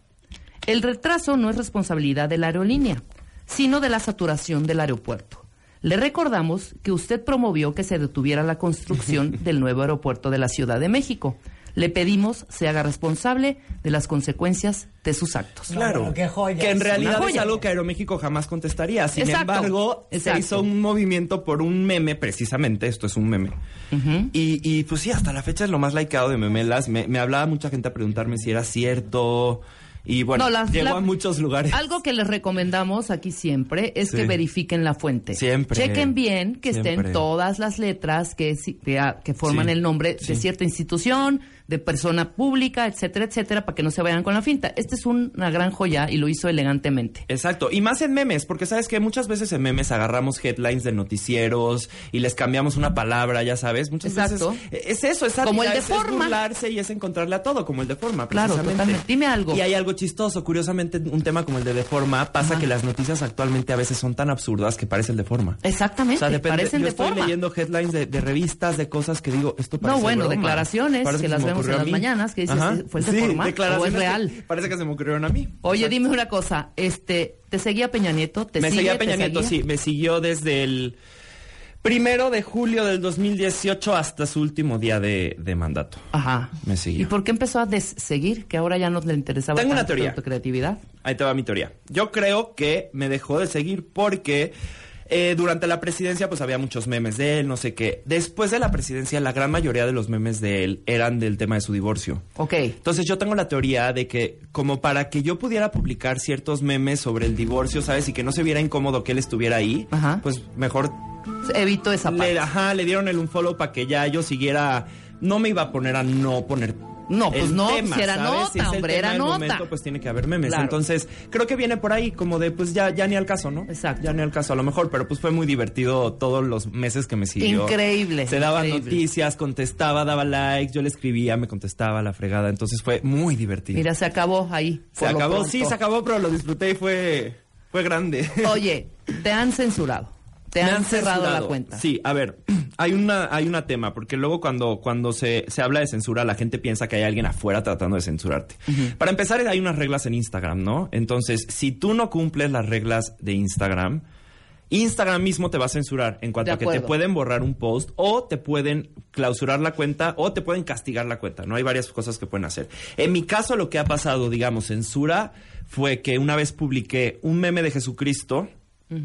Speaker 2: El retraso no es responsabilidad de la aerolínea, sino de la saturación del aeropuerto. Le recordamos que usted promovió que se detuviera la construcción del nuevo aeropuerto de la Ciudad de México. Le pedimos se haga responsable de las consecuencias de sus actos.
Speaker 3: Claro.
Speaker 1: qué joya.
Speaker 3: Que en
Speaker 1: Es una
Speaker 3: realidad es
Speaker 2: joya.
Speaker 3: algo que Aeroméxico jamás contestaría. Sin
Speaker 2: Exacto,
Speaker 3: embargo,
Speaker 2: exacto.
Speaker 3: se hizo un movimiento por un meme, precisamente, esto es un meme. y, y, pues sí, hasta la fecha es lo más likeado de memelas. Me, me hablaba mucha gente a preguntarme si era cierto. Y bueno,
Speaker 2: No, las-
Speaker 3: llegó
Speaker 2: la-
Speaker 3: a muchos lugares.
Speaker 2: Algo que les recomendamos aquí siempre es
Speaker 3: Sí.
Speaker 2: que verifiquen la fuente.
Speaker 3: Siempre.
Speaker 2: Chequen bien que
Speaker 3: Siempre.
Speaker 2: estén todas las letras que, si- que, ah, que forman
Speaker 3: Sí,
Speaker 2: el nombre
Speaker 3: sí.
Speaker 2: de cierta institución, de persona pública, etcétera, etcétera, para que no se vayan con la finta. Esta es un- una gran joya y lo hizo elegantemente.
Speaker 3: Exacto, y más en memes, porque sabes que muchas veces en memes agarramos headlines de noticieros y les cambiamos una palabra, ya sabes, muchas
Speaker 2: Exacto.
Speaker 3: veces es eso, es
Speaker 2: Como el
Speaker 3: sátira,
Speaker 2: de
Speaker 3: es- es
Speaker 2: forma.
Speaker 3: burlarse y es encontrarle a todo, como el de forma,
Speaker 2: Claro,
Speaker 3: precisamente.
Speaker 2: totalmente. Dime algo.
Speaker 3: Y hay algo chistoso, curiosamente un tema como el de deforma pasa que las noticias actualmente a veces son tan absurdas que parece el de forma.
Speaker 2: Exactamente,
Speaker 3: O sea, depende-
Speaker 2: parecen
Speaker 3: yo
Speaker 2: de
Speaker 3: estoy
Speaker 2: forma.
Speaker 3: leyendo headlines de, de revistas, de cosas que digo, esto parece
Speaker 2: No, bueno,
Speaker 3: broma.
Speaker 2: declaraciones
Speaker 3: Parece
Speaker 2: que
Speaker 3: se
Speaker 2: las
Speaker 3: me
Speaker 2: vemos
Speaker 3: ocurrió
Speaker 2: en
Speaker 3: a
Speaker 2: las
Speaker 3: mí.
Speaker 2: mañanas que dices,
Speaker 3: Ajá.
Speaker 2: ¿fue el de
Speaker 3: Sí,
Speaker 2: forma o es
Speaker 3: declaraciones que
Speaker 2: real?
Speaker 3: Parece que se me ocurrieron a mí.
Speaker 2: Oye,
Speaker 3: Exacto.
Speaker 2: dime una cosa, este, ¿te seguía Peña Nieto? ¿Te
Speaker 3: Me
Speaker 2: sigue?
Speaker 3: seguía
Speaker 2: ¿Te
Speaker 3: Peña Nieto,
Speaker 2: seguía?
Speaker 3: sí. Me siguió desde el primero de julio del 2018 hasta su último día de, de mandato.
Speaker 2: Ajá.
Speaker 3: Me siguió.
Speaker 2: ¿Y por qué empezó a seguir? Que ahora ya no le interesaba
Speaker 3: Tengo una
Speaker 2: tanto
Speaker 3: teoría.
Speaker 2: tu creatividad.
Speaker 3: Ahí te va mi teoría. Yo creo que me dejó de seguir porque eh, durante la presidencia pues había muchos memes de él, no sé qué. Después de la presidencia la gran mayoría de los memes de él eran del tema de su divorcio.
Speaker 2: Ok.
Speaker 3: Entonces yo tengo la teoría de que como para que yo pudiera publicar ciertos memes sobre el divorcio, ¿sabes? Y que no se viera incómodo que él estuviera ahí,
Speaker 2: Ajá.
Speaker 3: pues mejor
Speaker 2: Evito esa parte.
Speaker 3: le, ajá, le dieron el unfollow para que ya yo siguiera. No me iba a poner a no poner.
Speaker 2: No, pues
Speaker 3: el
Speaker 2: no,
Speaker 3: tema,
Speaker 2: pues era
Speaker 3: ¿sabes?
Speaker 2: nota,
Speaker 3: Si es el
Speaker 2: hombre,
Speaker 3: tema
Speaker 2: era
Speaker 3: del
Speaker 2: nota.
Speaker 3: momento, pues tiene que haber memes.
Speaker 2: Claro.
Speaker 3: Entonces, creo que viene por ahí, como de, pues ya, ya ni al caso, ¿no?
Speaker 2: Exacto.
Speaker 3: Ya ni al caso, a lo mejor, pero pues fue muy divertido todos los meses que me siguió.
Speaker 2: Increíble,
Speaker 3: Se daban
Speaker 2: increíble.
Speaker 3: noticias, contestaba, daba likes, yo le escribía, me contestaba la fregada. Entonces fue muy divertido.
Speaker 2: Mira, se acabó ahí.
Speaker 3: se
Speaker 2: por lo
Speaker 3: acabó,
Speaker 2: pronto.
Speaker 3: sí, se acabó, pero lo disfruté y fue, fue grande.
Speaker 2: Oye, te han censurado. Te
Speaker 3: Me
Speaker 2: han, cerrado
Speaker 3: censurado.
Speaker 2: la cuenta.
Speaker 3: Sí, a ver, hay una hay una tema, porque luego cuando, cuando se, se habla de censura, la gente piensa que hay alguien afuera tratando de censurarte. Para empezar, hay unas reglas en Instagram, ¿no? Entonces, si tú no cumples las reglas de Instagram, Instagram mismo te va a censurar en cuanto
Speaker 2: De
Speaker 3: a que te
Speaker 2: acuerdo.
Speaker 3: pueden borrar un post o te pueden clausurar la cuenta o te pueden castigar la cuenta. No hay varias cosas que pueden hacer. En mi caso lo que ha pasado, digamos, censura fue que una vez publiqué un meme de Jesucristo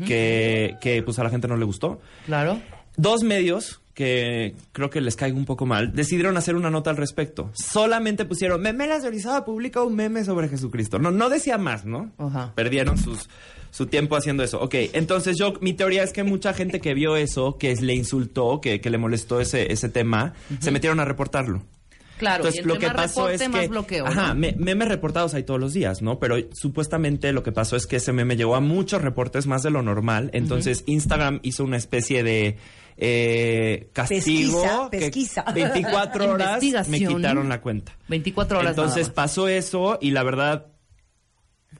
Speaker 3: que, que pues a la gente no le gustó.
Speaker 2: Claro.
Speaker 3: Dos medios que creo que les caigo un poco mal, decidieron hacer una nota al respecto. Solamente pusieron, Memelas de Orizaba publica un meme sobre Jesucristo. No, no decía más, ¿no?
Speaker 2: Ajá.
Speaker 3: Perdieron sus, su tiempo haciendo eso. Ok, entonces yo, mi teoría es que mucha gente que vio eso, que le insultó, que, que le molestó ese, ese tema, se metieron a reportarlo.
Speaker 2: Claro, y
Speaker 3: Entonces,
Speaker 2: entre
Speaker 3: lo que
Speaker 2: más
Speaker 3: pasó
Speaker 2: reporte,
Speaker 3: es que.
Speaker 2: más bloqueo, ¿no?
Speaker 3: Ajá, me- memes reportados hay todos los días, ¿no? Pero supuestamente lo que pasó es que ese meme llegó a muchos reportes más de lo normal. Entonces, Instagram hizo una especie de. eh, castigo
Speaker 1: Pesquisa,
Speaker 3: que
Speaker 1: pesquisa.
Speaker 3: 24 horas me
Speaker 2: Investigación.
Speaker 3: quitaron la cuenta
Speaker 2: 24 horas nada
Speaker 3: entonces
Speaker 2: más.
Speaker 3: pasó eso y la verdad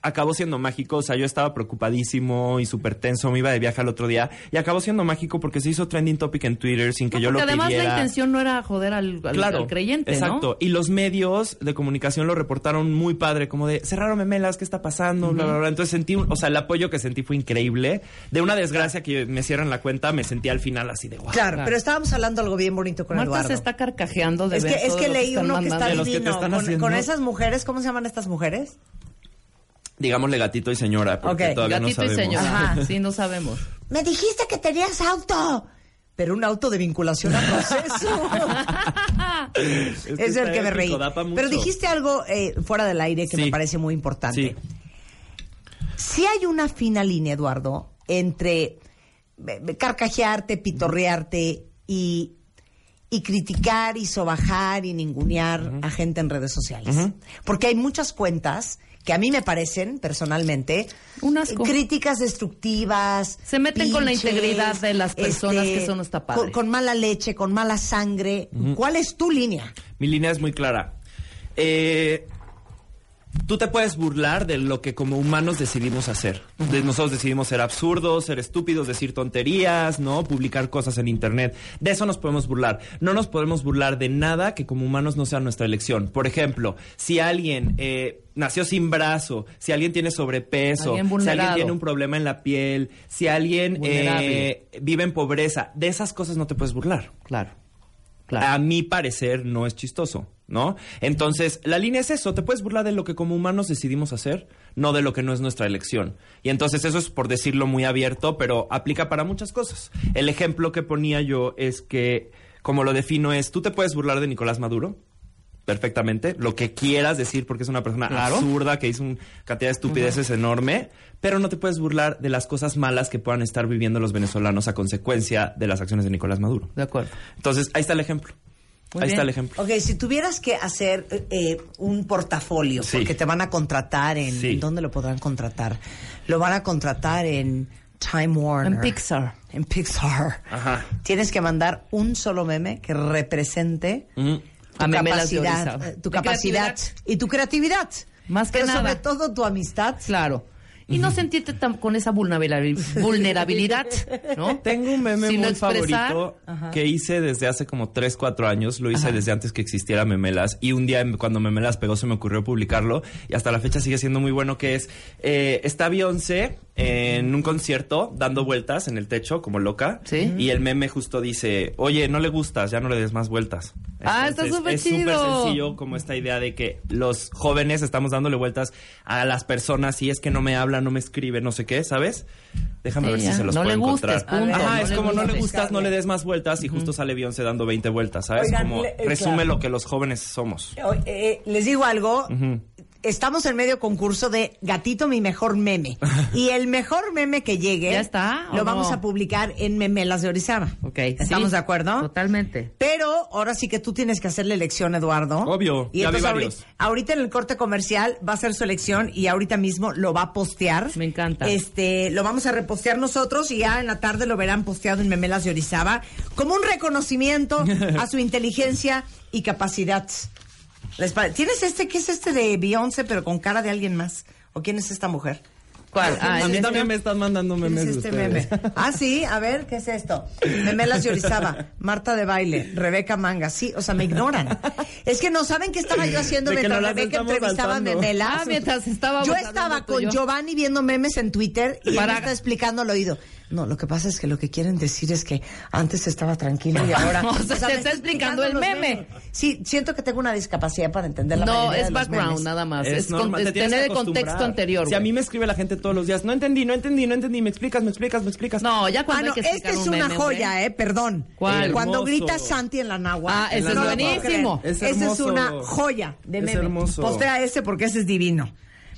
Speaker 3: acabó siendo mágico. O sea, yo estaba preocupadísimo y súper tenso. Me iba de viaje al otro día y acabó siendo mágico porque se hizo trending topic en Twitter sin que
Speaker 2: No,
Speaker 3: yo lo
Speaker 2: porque además
Speaker 3: pidiera.
Speaker 2: la intención no era joder al, al-
Speaker 3: Claro,
Speaker 2: al creyente, ¿no?
Speaker 3: exacto. Y los medios de comunicación lo reportaron muy padre, como de cerraron memelas, ¿qué está pasando? Bla, bla, bla. Entonces sentí, un- o sea, el apoyo que sentí fue increíble. De una desgracia que me cierran la cuenta, me sentí al final así de guau.
Speaker 1: Claro, pero estábamos hablando algo bien bonito con
Speaker 2: Marta
Speaker 1: Eduardo.
Speaker 2: se está carcajeando de
Speaker 1: es que,
Speaker 2: ver
Speaker 1: es
Speaker 2: todo
Speaker 1: que
Speaker 2: lo
Speaker 1: leí
Speaker 2: están
Speaker 1: uno que
Speaker 2: mandando.
Speaker 1: está
Speaker 3: De los que te
Speaker 1: divino.
Speaker 3: están
Speaker 1: con,
Speaker 3: haciendo.
Speaker 1: con esas mujeres, ¿cómo se llaman estas mujeres?
Speaker 3: Digámosle gatito y señora, porque
Speaker 1: Ok.
Speaker 3: todavía no
Speaker 2: Gatito y
Speaker 3: sabemos.
Speaker 2: señora.
Speaker 1: Ajá.
Speaker 2: Sí, no sabemos.
Speaker 1: Me dijiste que tenías auto. Pero un auto de vinculación a proceso.
Speaker 3: Es
Speaker 1: es el
Speaker 3: está
Speaker 1: que me
Speaker 3: épico,
Speaker 1: reí.
Speaker 3: da pa'
Speaker 1: Pero
Speaker 3: mucho.
Speaker 1: dijiste algo eh, fuera del aire que
Speaker 3: Sí.
Speaker 1: me parece muy importante.
Speaker 3: Sí.
Speaker 1: Si hay una fina línea, Eduardo, entre eh, carcajearte, pitorrearte y, y criticar y sobajar y ningunear a gente en redes sociales. Porque hay muchas cuentas que a mí me parecen, personalmente,
Speaker 2: Un asco.
Speaker 1: eh, críticas destructivas. este,
Speaker 2: Se meten con la integridad de las personas, que eso no está padre.
Speaker 1: Con, con mala leche, con mala sangre. ¿Cuál es tu línea?
Speaker 3: Mi línea es muy clara. Eh, tú te puedes burlar de lo que como humanos decidimos hacer. De- nosotros decidimos ser absurdos, ser estúpidos, decir tonterías, ¿no? Publicar cosas en internet. De eso nos podemos burlar. No nos podemos burlar de nada que como humanos no sea nuestra elección. Por ejemplo, si alguien eh, nació sin brazo, si alguien tiene sobrepeso,
Speaker 2: Alguien
Speaker 3: si
Speaker 2: vulnerado.
Speaker 3: alguien tiene un problema en la piel, si alguien
Speaker 2: Vulnerable.
Speaker 3: eh, vive en pobreza, de esas cosas no te puedes burlar.
Speaker 2: Claro. Claro.
Speaker 3: A mi parecer no es chistoso, ¿no? Entonces, la línea es eso, te puedes burlar de lo que como humanos decidimos hacer, no de lo que no es nuestra elección. Y entonces eso es por decirlo muy abierto, pero aplica para muchas cosas. El ejemplo que ponía yo es que, como lo defino, es, tú te puedes burlar de Nicolás Maduro. Perfectamente, lo que quieras decir porque es una persona
Speaker 2: Claro.
Speaker 3: absurda que hizo una cantidad de estupideces enorme, pero no te puedes burlar de las cosas malas que puedan estar viviendo los venezolanos a consecuencia de las acciones de Nicolás Maduro.
Speaker 2: De acuerdo.
Speaker 3: Entonces, ahí está el ejemplo.
Speaker 2: Muy
Speaker 3: ahí
Speaker 2: bien.
Speaker 3: está el ejemplo.
Speaker 1: Ok, si tuvieras que hacer eh, eh, un portafolio,
Speaker 3: Sí.
Speaker 1: porque te van a contratar en...
Speaker 3: Sí.
Speaker 1: ¿Dónde lo podrán contratar? Lo van a contratar en Time Warner.
Speaker 2: En Pixar.
Speaker 1: En Pixar.
Speaker 3: Ajá.
Speaker 1: Tienes que mandar un solo meme que represente
Speaker 3: Mm.
Speaker 1: tu
Speaker 2: A memelas de
Speaker 1: capacidad,
Speaker 2: Orizaba.
Speaker 1: eh, tu
Speaker 2: De
Speaker 1: capacidad
Speaker 2: creatividad.
Speaker 1: y tu creatividad.
Speaker 2: Más que
Speaker 1: Pero sobre
Speaker 2: nada.
Speaker 1: todo tu amistad.
Speaker 2: Claro. Y no sentirte tan con esa vulnerabili- vulnerabilidad, ¿no?
Speaker 3: Tengo un meme
Speaker 2: Sino
Speaker 3: muy
Speaker 2: expresar-
Speaker 3: favorito que hice desde hace como 3, 4 años. Lo hice desde antes que existiera Memelas. Y un día em- cuando Memelas pegó se me ocurrió publicarlo. Y hasta la fecha sigue siendo muy bueno que es... eh, está Beyoncé en un concierto dando vueltas en el techo como loca.
Speaker 2: Sí.
Speaker 3: Y el meme justo dice, oye, no le gustas, ya no le des más vueltas.
Speaker 2: Ah, está súper
Speaker 3: es súper
Speaker 2: chido.
Speaker 3: sencillo como esta idea de que los jóvenes estamos dándole vueltas a las personas y es que no me habla, no me escribe, no sé qué, ¿sabes? Déjame
Speaker 2: Sí,
Speaker 3: ver
Speaker 2: ya.
Speaker 3: si se los
Speaker 2: No
Speaker 3: puedo
Speaker 2: le gustes,
Speaker 3: encontrar.
Speaker 2: punto.
Speaker 3: Ajá,
Speaker 2: No
Speaker 3: es
Speaker 2: le
Speaker 3: como no le
Speaker 2: gustes.
Speaker 3: gustas, no le des más vueltas y justo sale Beyoncé dando 20 vueltas, ¿sabes?
Speaker 1: Oigan,
Speaker 3: como
Speaker 1: le- eh,
Speaker 3: resume
Speaker 1: claro.
Speaker 3: lo que los jóvenes somos.
Speaker 1: Eh, eh, les digo algo. Estamos en medio concurso de Gatito mi mejor meme. Y el mejor meme que llegue
Speaker 2: ¿Ya está, o
Speaker 1: lo vamos
Speaker 2: no?
Speaker 1: a publicar en Memelas de Orizaba.
Speaker 2: Ok.
Speaker 1: ¿Estamos
Speaker 2: sí,
Speaker 1: de acuerdo?
Speaker 2: Totalmente.
Speaker 1: Pero ahora sí que tú tienes que hacer la elección, Eduardo.
Speaker 3: Obvio, ya vi
Speaker 1: entonces ahori-
Speaker 3: varios.
Speaker 1: ahorita, en el corte comercial va a ser su elección y ahorita mismo lo va a postear.
Speaker 2: Me encanta.
Speaker 1: Este, lo vamos a repostear nosotros y ya en la tarde lo verán posteado en Memelas de Orizaba como un reconocimiento a su inteligencia y capacidad. Les pare- ¿Tienes este? ¿Qué es este de Beyoncé pero con cara de alguien más? ¿O quién es esta mujer?
Speaker 2: ¿Cuál? Ah,
Speaker 3: A
Speaker 2: el
Speaker 3: mí
Speaker 2: de-
Speaker 3: también me están mandando
Speaker 1: ¿Quién
Speaker 3: memes
Speaker 1: es
Speaker 3: de
Speaker 1: este meme?
Speaker 3: ustedes.
Speaker 1: Ah, sí, a ver, ¿qué es esto? Memelas de Orizaba, Marta de Baile, Rebeca Manga. Sí, o sea, me ignoran. Es que no saben qué estaba yo haciendo
Speaker 3: De que
Speaker 1: mientras
Speaker 3: no las
Speaker 1: Rebeca
Speaker 3: estamos
Speaker 1: entrevistaba a
Speaker 3: saltando.
Speaker 1: Memelas.
Speaker 2: Ah, mientras estábamos
Speaker 1: Yo
Speaker 2: hablando
Speaker 1: estaba
Speaker 2: tú
Speaker 1: con
Speaker 2: y yo.
Speaker 1: Giovanni viendo memes en Twitter y él
Speaker 2: Para-
Speaker 1: me está explicando al oído. No, lo que pasa es que lo que quieren decir es que antes estaba tranquilo y ahora...
Speaker 2: O sea,
Speaker 1: me
Speaker 2: te está explicando el
Speaker 1: los
Speaker 2: meme.
Speaker 1: memes. Sí, siento que tengo una discapacidad para entender la
Speaker 2: No,
Speaker 1: mayoría de
Speaker 2: es
Speaker 1: los
Speaker 2: background
Speaker 1: memes.
Speaker 2: nada más. Es, con-
Speaker 3: normal,
Speaker 2: es
Speaker 3: te tienes
Speaker 2: tener
Speaker 3: que
Speaker 2: el contexto
Speaker 3: acostumbrar.
Speaker 2: anterior.
Speaker 3: Si a
Speaker 2: güey.
Speaker 3: mí me escribe la gente todos los días, no entendí, no entendí, no entendí, me explicas, me explicas, me explicas.
Speaker 2: No, ya
Speaker 1: Ah, no,
Speaker 2: cuando hay que
Speaker 1: esta
Speaker 2: explicar
Speaker 1: es
Speaker 2: un
Speaker 1: una
Speaker 2: meme,
Speaker 1: joya,
Speaker 2: güey.
Speaker 1: ¿eh? Perdón.
Speaker 2: ¿Cuál?
Speaker 1: Cuando
Speaker 3: Hermoso.
Speaker 1: grita Santi en la nagua.
Speaker 2: Ah, ese
Speaker 1: no
Speaker 2: es
Speaker 1: lo puedo
Speaker 2: buenísimo.
Speaker 1: creer.
Speaker 3: Es
Speaker 1: Esa es
Speaker 3: hermoso.
Speaker 1: una joya de
Speaker 3: Es
Speaker 1: meme.
Speaker 3: hermoso.
Speaker 1: Postea ese porque ese es divino.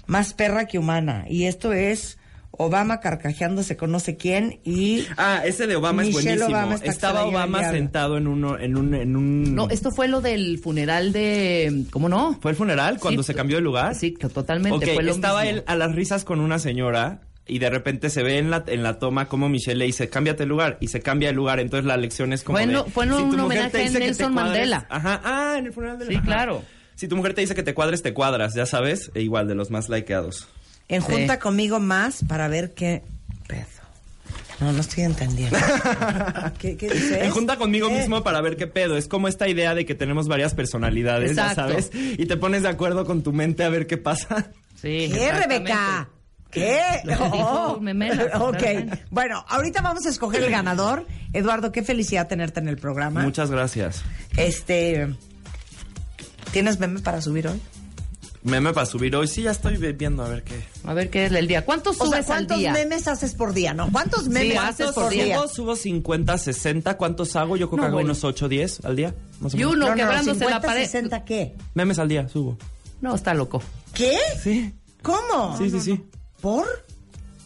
Speaker 1: Más perra que humana. Y esto es Obama carcajeándose con no sé quién y...
Speaker 3: Ah, ese de Obama es
Speaker 1: Michelle
Speaker 3: buenísimo.
Speaker 1: Obama está que
Speaker 3: Estaba
Speaker 1: se la lleva el
Speaker 3: Obama
Speaker 1: diablo.
Speaker 3: sentado en uno, en un, en
Speaker 1: eh.
Speaker 3: un.
Speaker 2: No, esto fue lo del funeral de... ¿Cómo no?
Speaker 3: ¿Fue el funeral cuando
Speaker 2: Sí,
Speaker 3: se cambió de lugar?
Speaker 2: Sí, to- totalmente.
Speaker 3: Ok,
Speaker 2: fue lo
Speaker 3: estaba
Speaker 2: mismo.
Speaker 3: él a las risas con una señora y de repente se ve en la, en la toma como Michelle le dice, cámbiate el lugar, y se cambia el lugar, entonces la lección es como
Speaker 2: Fue en
Speaker 3: de,
Speaker 2: lo- fue en
Speaker 3: tu
Speaker 2: un
Speaker 3: mujer
Speaker 2: homenaje
Speaker 3: te
Speaker 2: a
Speaker 3: dice que te
Speaker 2: Nelson
Speaker 3: cuadres-
Speaker 2: Mandela.
Speaker 3: Ajá, ah, en el funeral de
Speaker 2: Sí,
Speaker 3: ajá.
Speaker 2: claro.
Speaker 3: Si tu mujer te dice que te cuadres, te cuadras, ya sabes, e igual de los más likeados.
Speaker 1: En
Speaker 2: Sí.
Speaker 1: junta conmigo más para ver qué pedo. No, no estoy entendiendo. ¿Qué, qué dices? Eh,
Speaker 3: En junta conmigo
Speaker 1: ¿Qué?
Speaker 3: mismo para ver qué pedo. Es como esta idea de que tenemos varias personalidades,
Speaker 2: Exacto.
Speaker 3: ya sabes, y te pones de acuerdo con tu mente a ver qué pasa.
Speaker 2: Sí,
Speaker 1: ¿Qué, Rebeca? ¿Qué?
Speaker 2: Lo que dijo
Speaker 1: Oh.
Speaker 2: Memela.
Speaker 1: ok. Bueno, ahorita vamos a escoger el ganador. Eduardo, qué felicidad tenerte en el programa.
Speaker 3: Muchas gracias.
Speaker 1: Este. ¿Tienes meme para subir hoy?
Speaker 3: Meme para subir hoy. Sí, ya estoy viendo a ver qué.
Speaker 2: A ver qué es el día. ¿Cuántos
Speaker 1: O
Speaker 2: subes
Speaker 1: sea, ¿cuántos
Speaker 2: al día?
Speaker 1: memes haces por día, no? ¿Cuántos memes
Speaker 2: haces
Speaker 1: haces
Speaker 2: por
Speaker 1: por
Speaker 2: día.
Speaker 1: día?
Speaker 3: Subo, subo 50, 60. ¿Cuántos hago? Yo creo
Speaker 2: No,
Speaker 3: que hago
Speaker 2: bueno.
Speaker 3: unos 8, 10 al día. Más o
Speaker 2: Y
Speaker 3: menos.
Speaker 2: uno quebrándose la
Speaker 1: 50,
Speaker 2: pared.
Speaker 1: 60, ¿qué?
Speaker 3: Memes al día, subo.
Speaker 2: No, está loco.
Speaker 1: ¿Qué?
Speaker 3: Sí.
Speaker 1: ¿Cómo?
Speaker 3: sí, sí, sí.
Speaker 1: ¿Por?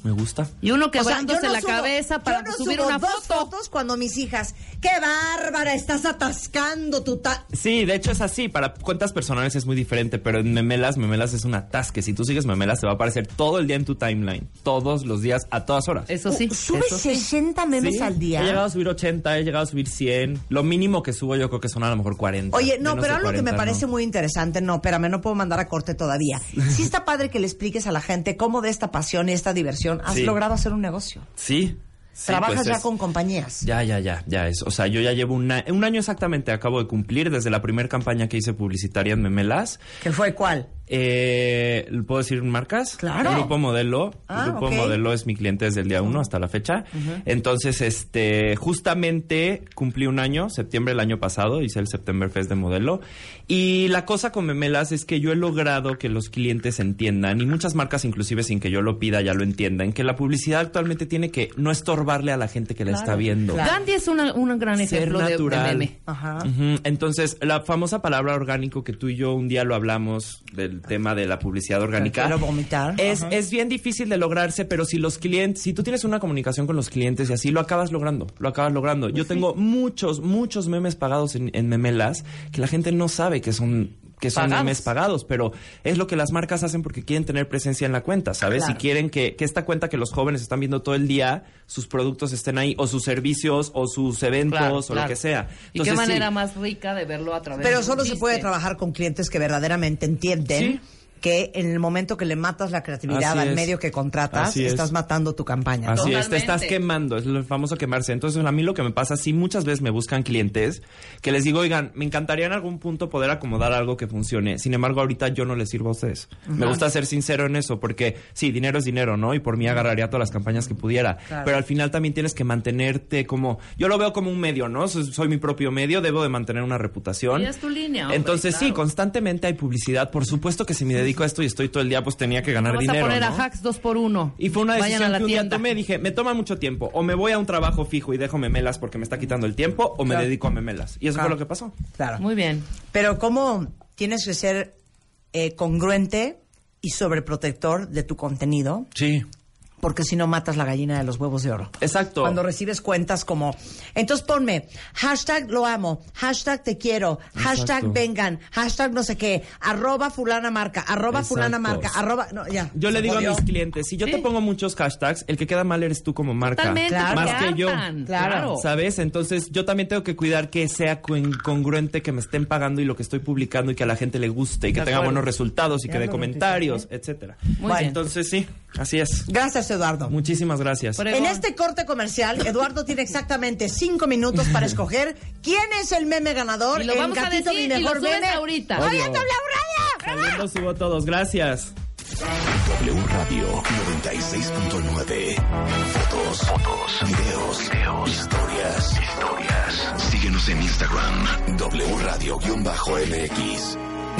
Speaker 3: Me gusta.
Speaker 2: Y uno
Speaker 1: O sea,
Speaker 2: quebrándose
Speaker 1: yo no
Speaker 2: la
Speaker 1: subo-
Speaker 2: cabeza para
Speaker 1: yo no
Speaker 2: subir
Speaker 1: subo
Speaker 2: una
Speaker 1: dos
Speaker 2: foto.
Speaker 1: fotos cuando mis hijas, qué bárbara, estás atascando tu ta
Speaker 3: Sí, de hecho es así. Para cuentas personales es muy diferente, pero en Memelas, Memelas es un atasque. Si tú sigues Memelas, te va a aparecer todo el día en tu timeline. Todos los días, a todas horas.
Speaker 2: Eso sí.
Speaker 1: Subes
Speaker 2: eso sí.
Speaker 1: 60 memes
Speaker 3: Sí,
Speaker 1: al
Speaker 3: He llegado
Speaker 1: día.
Speaker 3: a subir 80, he llegado a subir 100. Lo mínimo que subo yo creo que son a lo mejor 40.
Speaker 1: Oye, no,
Speaker 3: menos
Speaker 1: pero
Speaker 3: de
Speaker 1: algo que me
Speaker 3: 40,
Speaker 1: parece
Speaker 3: ¿no?
Speaker 1: muy interesante, no, espérame, no puedo mandar a corte todavía. Sí está padre que le expliques a la gente cómo de esta pasión y esta diversión has
Speaker 3: Sí.
Speaker 1: logrado hacer un negocio.
Speaker 3: Sí. sí,
Speaker 1: Trabajas
Speaker 3: pues
Speaker 1: ya
Speaker 3: es-
Speaker 1: con compañías.
Speaker 3: Ya, ya, ya, ya es. O sea, yo ya llevo una- un año exactamente, acabo de cumplir desde la primera campaña que hice publicitaria en Memelas.
Speaker 1: ¿Qué fue cuál?
Speaker 3: Eh, ¿Puedo decir marcas?
Speaker 1: Claro.
Speaker 3: Grupo Modelo.
Speaker 1: Ah,
Speaker 3: Grupo
Speaker 1: ok.
Speaker 3: Modelo es mi cliente desde el día uno hasta la fecha. Entonces, este, justamente cumplí un año, septiembre del año pasado, hice el September Fest de Modelo. Y la cosa con Memelas es que yo he logrado que los clientes entiendan, y muchas marcas inclusive sin que yo lo pida ya lo entiendan, que la publicidad actualmente tiene que no estorbarle a la gente que la está viendo.
Speaker 2: Gandhi es una- un gran
Speaker 3: Ser
Speaker 2: ejemplo de, de
Speaker 3: natural.
Speaker 2: meme.
Speaker 1: Ajá.
Speaker 3: Ujú, Entonces, la famosa palabra orgánico que tú y yo un día lo hablamos del tema de la publicidad orgánica.
Speaker 1: Prefiero vomitar.
Speaker 3: Es,
Speaker 1: Ajá.
Speaker 3: es bien difícil de lograrse, pero si los clientes, si tú tienes una comunicación con los clientes y así, lo acabas logrando, lo acabas logrando.
Speaker 2: Pues
Speaker 3: Yo tengo muchos, muchos memes pagados en, en memelas que la gente no sabe que son que son
Speaker 2: Pagados.
Speaker 3: memes pagados, pero es lo que las marcas hacen porque quieren tener presencia en la cuenta, ¿sabes?
Speaker 2: Claro.
Speaker 3: Y quieren que, que esta cuenta que los jóvenes están viendo todo el día, sus productos estén ahí, o sus servicios, o sus eventos,
Speaker 2: Claro,
Speaker 3: o lo
Speaker 2: claro.
Speaker 3: que sea.
Speaker 2: y
Speaker 3: Entonces,
Speaker 2: qué
Speaker 3: sí.
Speaker 2: manera más rica de verlo a través
Speaker 1: Pero
Speaker 2: de un
Speaker 1: solo se
Speaker 2: chiste.
Speaker 1: puede trabajar con clientes que verdaderamente entienden
Speaker 3: Sí.
Speaker 1: que en el momento que le matas la creatividad
Speaker 3: Así
Speaker 1: al
Speaker 3: es.
Speaker 1: medio que contratas,
Speaker 3: Así es.
Speaker 1: estás matando tu campaña. ¿no?
Speaker 3: Así es,
Speaker 2: Totalmente.
Speaker 3: te estás quemando, es lo famoso quemarse. Entonces, a mí lo que me pasa, sí, muchas veces me buscan clientes que les digo, oigan, me encantaría en algún punto poder acomodar algo que funcione. Sin embargo, ahorita yo no les sirvo a ustedes. Me gusta ser sincero en eso, porque sí, dinero es dinero, ¿no? Y por mí agarraría todas las campañas que pudiera. Pero al final también tienes que mantenerte como. Yo lo veo como un medio, ¿no? Soy, soy mi propio medio, debo de mantener una reputación.
Speaker 2: Y es tu línea, hombre,
Speaker 3: Entonces, sí,
Speaker 2: claro.
Speaker 3: constantemente hay publicidad. Por supuesto que si me dedico a esto y estoy todo el día, pues tenía que ganar
Speaker 2: No vas
Speaker 3: dinero.
Speaker 2: a poner
Speaker 3: ¿no?
Speaker 2: a hacks dos por uno.
Speaker 3: Y fue una
Speaker 2: Vayan a
Speaker 3: decisión
Speaker 2: la
Speaker 3: que un día
Speaker 2: tienda.
Speaker 3: tomé. Dije, me toma mucho tiempo. O me voy a un trabajo fijo y dejo memelas porque me está quitando el tiempo, o me dedico a memelas. Y
Speaker 2: Ah.
Speaker 3: eso
Speaker 1: Claro.
Speaker 3: fue lo que pasó.
Speaker 1: Claro.
Speaker 2: Muy bien.
Speaker 1: Pero cómo tienes que ser eh, congruente y sobreprotector de tu contenido,
Speaker 3: Sí.
Speaker 1: porque si no matas la gallina de los huevos de oro.
Speaker 3: Exacto.
Speaker 1: Cuando recibes cuentas como, entonces ponme, hashtag lo amo, hashtag te quiero, hashtag
Speaker 3: Exacto.
Speaker 1: vengan, hashtag no sé qué, arroba fulana marca, arroba
Speaker 3: Exacto.
Speaker 1: fulana marca, arroba, no, ya.
Speaker 3: Yo le
Speaker 1: Se
Speaker 3: digo a
Speaker 1: jodió.
Speaker 3: mis clientes, si yo te
Speaker 2: Sí.
Speaker 3: pongo muchos hashtags, el que queda mal eres tú como marca.
Speaker 2: Totalmente,
Speaker 1: Claro.
Speaker 3: Más
Speaker 2: porque
Speaker 3: que yo.
Speaker 2: hartan, claro.
Speaker 3: ¿Sabes? Entonces yo también tengo que cuidar que sea con- congruente que me estén pagando y lo que estoy publicando y que a la gente le guste y que
Speaker 2: De
Speaker 3: tenga
Speaker 2: acuerdo.
Speaker 3: buenos resultados y
Speaker 1: Ya
Speaker 3: que dé
Speaker 1: lo
Speaker 3: comentarios, etcétera.
Speaker 2: Muy bien.
Speaker 3: Entonces sí, así es.
Speaker 1: Gracias, Eduardo.
Speaker 3: Muchísimas gracias.
Speaker 2: Por
Speaker 1: En este corte comercial, Eduardo tiene exactamente cinco minutos para escoger quién es el meme ganador.
Speaker 2: Y lo
Speaker 1: en
Speaker 2: vamos a
Speaker 1: Gatito,
Speaker 2: decir
Speaker 1: mi
Speaker 2: y lo
Speaker 1: mejor
Speaker 2: subes
Speaker 1: meme.
Speaker 2: ahorita.
Speaker 1: ¡Oye,
Speaker 3: Obvio.
Speaker 1: te hablé, Aurelia!
Speaker 3: Saliendo subo todos, gracias.
Speaker 4: W Radio 96.9. Fotos, fotos, videos, videos, historias, historias. Síguenos en Instagram, W Radio-MX.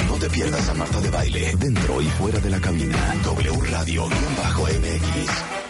Speaker 4: No te pierdas a Marta de Baile, dentro y fuera de la cabina. W Radio-MX.